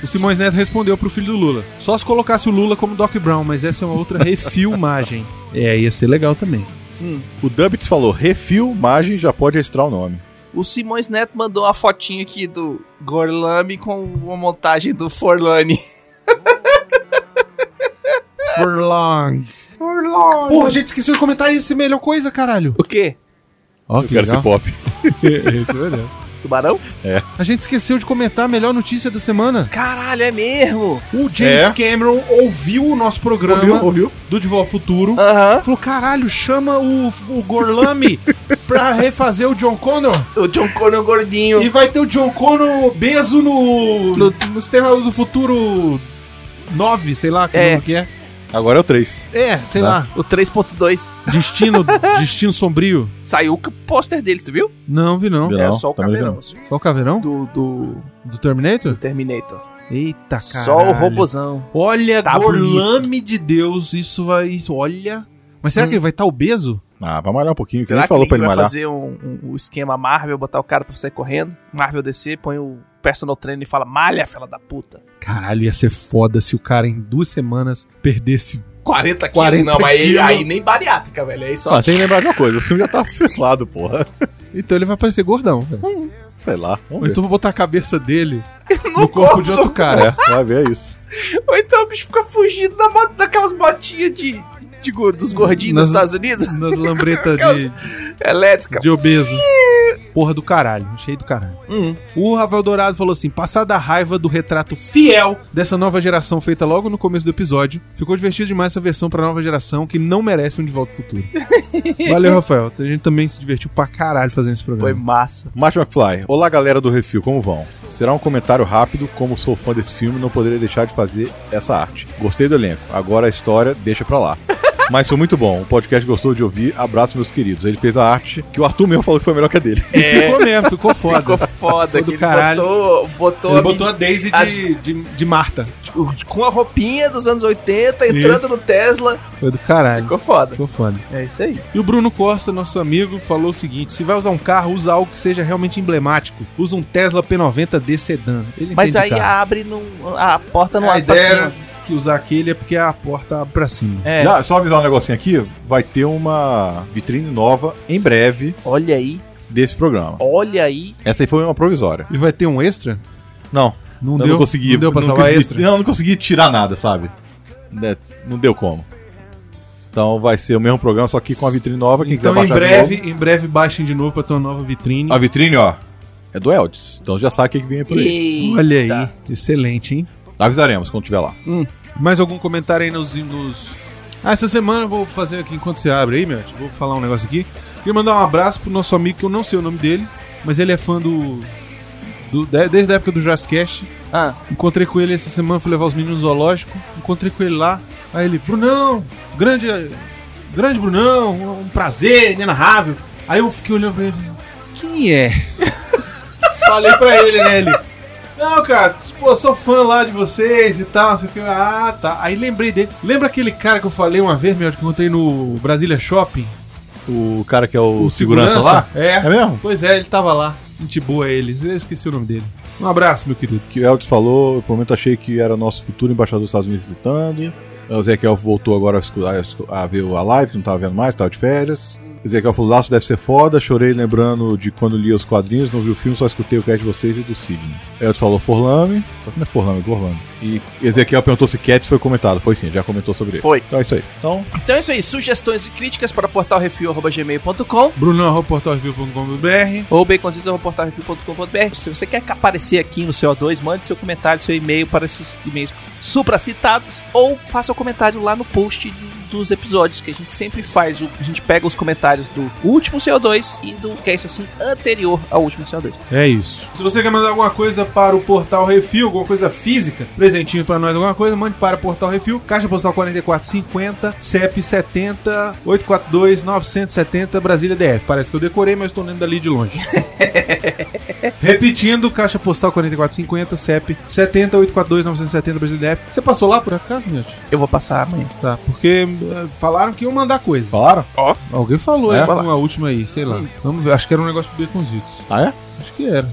S1: O Simões Neto respondeu pro filho do Lula. Só se colocasse o Lula como Doc Brown, mas essa é uma outra refilmagem. É, ia ser legal também.
S5: O Dubbits falou: refilmagem já pode registrar o nome.
S2: O Simões Neto mandou uma fotinha aqui do Gorlami com uma montagem do Forlani.
S1: For long. Porra, a gente esqueceu de comentar esse melhor coisa, caralho.
S2: O quê?
S1: Ó,
S5: Eu quero ser pop.
S1: esse é melhor.
S2: tubarão?
S1: A gente esqueceu de comentar a melhor notícia da semana.
S2: Caralho, é mesmo?
S1: O James
S5: É.
S1: Cameron ouviu o nosso programa
S5: Ouviu? Ouviu?
S1: do De Volta ao Futuro.
S2: Aham.
S1: Falou, caralho, chama o, o Gorlami pra refazer o John Connor.
S2: O John Connor gordinho.
S1: E vai ter o John Connor obeso no. No,
S2: No-
S1: Sistema do Futuro 9, sei lá que
S2: É.
S1: número que é.
S5: Agora é o 3.
S1: É, sei lá.
S2: O 3.2.
S1: Destino, destino sombrio.
S2: Saiu o pôster dele, tu viu?
S1: Não, vi não.
S5: Viu?
S2: é
S5: Não,
S2: só o
S5: também
S2: caveirão.
S5: não.
S2: assim,
S1: Só o caveirão?
S2: Do, do,
S1: Do
S2: do
S1: Terminator?
S2: Terminator.
S5: Ah,
S1: Eita, cara.
S2: Só o robozão.
S1: Olha,
S2: Tá
S1: Gorlame de Deus, isso vai. isso- olha. Mas será que ele vai estar obeso?
S5: Ah, vai malhar um pouquinho. Você
S2: Será
S5: nem
S2: que
S5: falou
S2: ele
S5: pra ele
S2: vai
S5: malhar.
S2: fazer um, um- um esquema Marvel, botar o cara pra sair correndo? Marvel DC, põe o personal trainer e fala, malha, fela da puta.
S1: Caralho, ia ser foda se o cara em duas semanas perdesse.
S2: 40 quilos.
S1: 40
S2: não, mas aí,
S1: quilos.
S2: aí nem bariátrica, velho. Aí só...
S5: Ah, tem que lembrar de uma coisa. O filme já tá filmado, porra.
S1: Então ele vai parecer gordão. velho.
S5: Sei lá.
S1: Ou
S5: Vamos ver.
S1: então eu vou botar a cabeça dele no, corpo de outro cara.
S5: É, vai ver é isso.
S2: Ou então o bicho fica fugindo da mo- daquelas botinhas de, de go- dos gordinhos
S1: Nas-
S2: dos Estados Unidos.
S1: Nas lambretas de,
S2: Elétrica.
S1: de obeso. Porra do caralho, cheio do caralho.
S2: Uhum.
S1: O Rafael Dourado falou assim: passada a raiva do retrato fiel dessa nova geração feita logo no começo do episódio, ficou divertido demais essa versão pra nova geração que não merece um De Volta ao Futuro. Valeu, Rafael. A gente também se divertiu pra caralho fazendo esse
S2: Foi
S1: programa.
S2: massa.
S5: Martin McFly. Olá, galera do Refil, como vão? Será um comentário rápido, como sou fã desse filme, não poderia deixar de fazer essa arte. Gostei do elenco, agora a história deixa pra lá. Mas foi muito bom, o podcast gostou de ouvir, abraço meus queridos. Ele fez a arte que o Arthur meu falou que foi melhor que a dele.
S1: E ficou mesmo, ficou foda.
S2: Ficou foda.
S1: Ficou do
S2: que ele
S1: caralho.
S2: botou, botou,
S1: Ele
S2: a
S1: botou a Daisy
S2: a-
S1: de, de, de Marta.
S2: menina com a roupinha dos anos 80, entrando no Tesla.
S1: Foi do caralho.
S2: Ficou foda.
S1: Ficou foda.
S2: É isso aí.
S1: E o Bruno Costa, nosso amigo, falou o seguinte: se vai usar um carro, usa algo que seja realmente emblemático. Usa um Tesla P90D sedã. Ele
S2: Mas
S1: entende
S2: aí
S1: carro.
S2: abre num, a porta não
S1: É a
S2: abre pra
S1: ideia era
S2: cima.
S1: que usar aquele é porque a porta abre pra cima.
S2: É.
S5: Já, só avisar um negocinho aqui, vai ter uma vitrine nova em breve
S2: Olha aí,
S5: desse programa.
S2: olha aí.
S5: Essa aí foi uma provisória.
S1: E vai ter um extra?
S5: Não,
S1: Não
S5: eu
S1: deu.
S5: não consegui.
S1: Não deu pra salvar
S5: consegui,
S1: extra.
S5: Não, não consegui tirar nada, sabe? Né, Não deu como. Então vai ser o mesmo programa, só que com a vitrine nova. Quem
S1: Então
S5: quiser
S1: em
S5: baixar de
S1: breve, em breve baixem de novo pra ter uma nova vitrine.
S5: A vitrine, ó, é do Eldes. Então já sabe o que que vem aí por aí.
S2: Eita.
S1: Olha aí, excelente, hein?
S5: Avisaremos quando tiver lá.
S1: Hum, Mais algum comentário aí nos, nos- Ah, essa semana eu vou fazer aqui enquanto você abre aí, meu. Vou falar um negócio aqui. Queria mandar um abraço pro nosso amigo que eu não sei o nome dele, mas ele é fã do. do- de- desde a época do Jazzcast.
S2: Ah,
S1: Encontrei com ele essa semana, fui levar os meninos no zoológico. Encontrei com ele lá. Aí ele, Brunão, grande. Grande Brunão, um prazer, inenarrável. Aí eu fiquei olhando pra ele. Quem é? Falei pra ele, né? Ele. Não, cara, pô, eu sou fã lá de vocês e tal, não sei o que. Ah, tá. Aí lembrei dele. Lembra aquele cara que eu falei uma vez, meu, que eu encontrei no Brasília Shopping?
S5: O cara que é o, segurança, lá?
S1: É.
S5: É mesmo?
S1: Pois é, ele tava lá. Gente boa ele. Eu esqueci o nome dele. Um abraço, meu querido.
S5: Que o Eldes falou, por um momento achei que era nosso futuro embaixador dos Estados Unidos visitando. O Ezequiel voltou agora a, escu- a escu- a ver a live, que não tava vendo mais, tava de férias. O Ezequiel falou, laço deve ser foda, chorei lembrando de quando li os quadrinhos, não vi o filme, só escutei o cast de vocês e do Sidney. Eldes falou Forlame, só que não é Forlame, é Gorlame. E Ezequiel perguntou se Cats foi comentado, foi sim, já comentou sobre ele.
S2: Foi.
S5: Então é isso aí. Então,
S2: então é isso aí. Sugestões e críticas para portalrefil.gmail.com
S1: brunão.portalreview.com.br
S2: ou baconzitos.portalrefil.com.br. Se você quer aparecer aqui no CO2, mande seu comentário, seu e-mail para esses e-mails supracitados ou faça o comentário lá no post do- dos episódios que a gente sempre faz. O- A gente pega os comentários do último CO2 e do que é isso assim anterior ao último CO2.
S1: É isso. Se você quer mandar alguma coisa para o Portal Refil, alguma coisa física, presentinho para nós, alguma coisa, mande para o Portal Refil, Caixa Postal 4450, CEP 70 842 970 Brasília DF. Parece que eu decorei, mas estou lendo dali de longe. Repetindo, Caixa Postal 4450, CEP 70 842 970 Brasília DF. Você passou lá por acaso, meu? tio?
S2: Eu vou passar amanhã.
S1: Tá, porque eh, falaram que iam mandar coisa.
S5: falaram?
S1: Alguém falou,
S5: É?
S1: é, com a última aí, sei
S2: Hum.
S1: lá. Vamos ver, acho que era um negócio pro Beconzitos.
S5: Ah, é?
S1: Acho que era.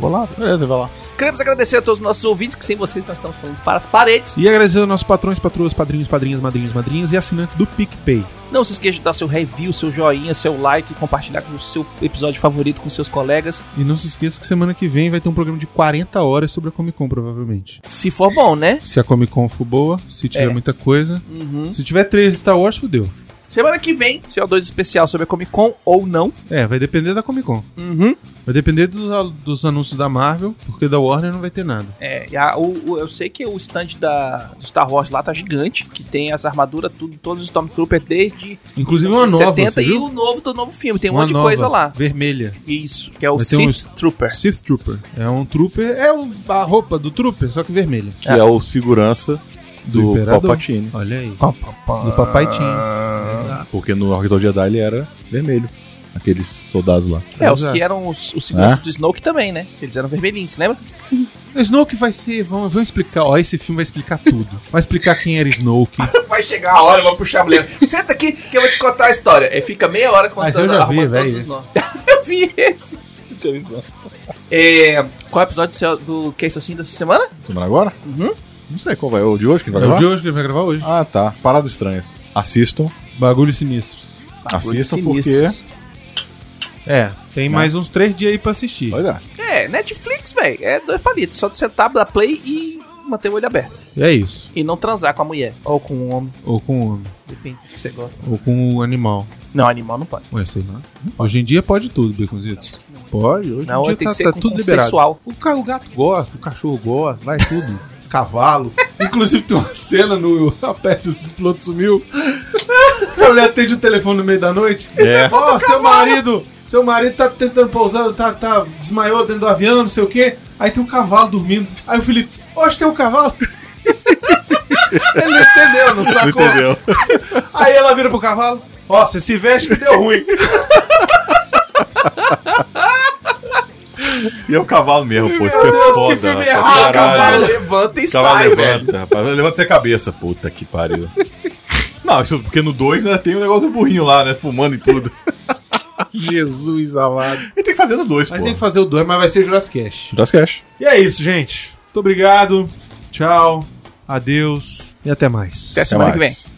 S5: Vou lá. Beleza, vai lá.
S2: Queremos agradecer a todos os nossos ouvintes, que sem vocês nós estamos falando para as paredes.
S1: E agradecer aos nossos patrões, patroas, padrinhos, padrinhas, madrinhas, madrinhas e assinantes do PicPay.
S2: Não se esqueça de dar seu review, seu joinha, seu like, compartilhar com o seu episódio favorito com seus colegas.
S1: E não se esqueça que semana que vem vai ter um programa de 40 horas sobre a Comic Con, provavelmente.
S2: Se for bom, né?
S1: Se a Comic Con for boa, se tiver
S2: É.
S1: muita coisa.
S2: Uhum.
S1: Se tiver trailer de Star Wars, fodeu.
S2: Semana que vem, CO2 especial sobre a Comic Con ou não.
S1: É, vai depender da Comic Con.
S2: Uhum.
S1: Vai depender dos, dos anúncios da Marvel, porque da Warner não vai ter nada.
S2: É, e a- o- o- eu sei que o stand da, do Star Wars lá tá gigante, que tem as armaduras, tudo, todos os Stormtroopers desde
S1: Inclusive uma nova, você
S2: e
S1: viu?
S2: o novo do novo filme. Tem um
S1: Uma
S2: monte de
S1: nova,
S2: coisa lá.
S1: Vermelha.
S2: Isso, que é o
S1: Vai ter um
S2: Sith Trooper.
S1: Sith Trooper. É um trooper, é um- a roupa do trooper, só que vermelha.
S5: Que é o segurança
S1: Do
S5: do,
S1: Imperador.
S5: Palpatine.
S1: Olha aí. Do Papai Tim. Ah.
S5: Porque no Rock Jedi ele era vermelho. Aqueles soldados lá.
S2: É, os
S1: Exato.
S2: que eram os, os seguranças
S5: É.
S2: do Snoke também, né? Eles eram vermelhinhos, você lembra?
S1: Snoke vai ser, vão, vão explicar, ó, esse filme vai explicar tudo. Vai explicar quem era Snoke.
S2: Vai chegar a hora, eu vou puxar a mulher. Senta aqui que eu vou te contar a história. Aí fica meia hora
S1: Mas eu já vi,
S2: arrumando
S1: velho,
S2: todos os
S1: esse.
S2: nomes. eu vi esse. Não tinha visto, não. É, qual é o episódio do seu- do Case Assim dessa semana?
S5: Vamos lá agora?
S2: Uhum.
S5: Não sei qual vai. É o de hoje que a gente vai
S1: É o
S5: gravar?
S1: de hoje que ele vai gravar hoje.
S5: Ah, tá. Paradas estranhas. Assistam.
S1: Bagulhos sinistros.
S5: assistam
S2: Sinistros.
S1: É, tem mais uns três dias aí pra assistir.
S5: porque. Olha.
S2: É, Netflix, velho. É dois palitos. Só de sentar, dar play e manter o olho aberto.
S1: É isso.
S2: E não transar com a mulher. Ou com o homem.
S1: Ou com o homem,
S2: Depende do que você gosta.
S1: ou com o animal.
S2: Não, animal não pode.
S1: Ué, sei lá. Hoje em dia pode tudo, Baconzitos. Pode, hoje
S2: Não,
S1: em dia
S2: tem
S1: tá,
S2: que ser
S1: tá
S2: com
S1: tudo liberado.
S2: consensual.
S1: O, ca- o gato gosta, o cachorro gosta, vai tudo. Cavalo.
S8: Inclusive tem uma cena no Aperto o Piloto Sumiu. A mulher atende o telefone no meio da noite.
S5: É.
S8: Ó, seu marido, seu marido tá tentando pousar, tá, tá, desmaiou dentro do avião, não sei o quê. Aí tem um cavalo dormindo. Aí o Felipe, hoje tem um cavalo. Ele não entendeu, não
S5: Não
S8: sacou?
S5: entendeu?
S8: Aí ela vira pro cavalo. Ó, você se veste que deu ruim.
S5: E é o cavalo mesmo, pô. Isso que é
S8: Meu Deus,
S5: foda.
S8: que filme
S5: rapaz. Caralho.
S8: errado, cavalo.
S2: Levanta e
S5: O cavalo
S2: sai, velho.
S5: levanta, rapaz. Levanta a cabeça. Puta que pariu. Não, isso porque no 2 né, tem o negócio do burrinho lá, né? Fumando e tudo.
S1: Jesus amado.
S5: Ele tem que fazer no 2, pô.
S1: Mas tem que fazer o dois, mas vai ser Jurassic Cash.
S5: Jurassic Cash.
S1: E é isso, gente. Muito obrigado. Tchau. Adeus. E até mais.
S2: Até semana que vem.
S5: mais.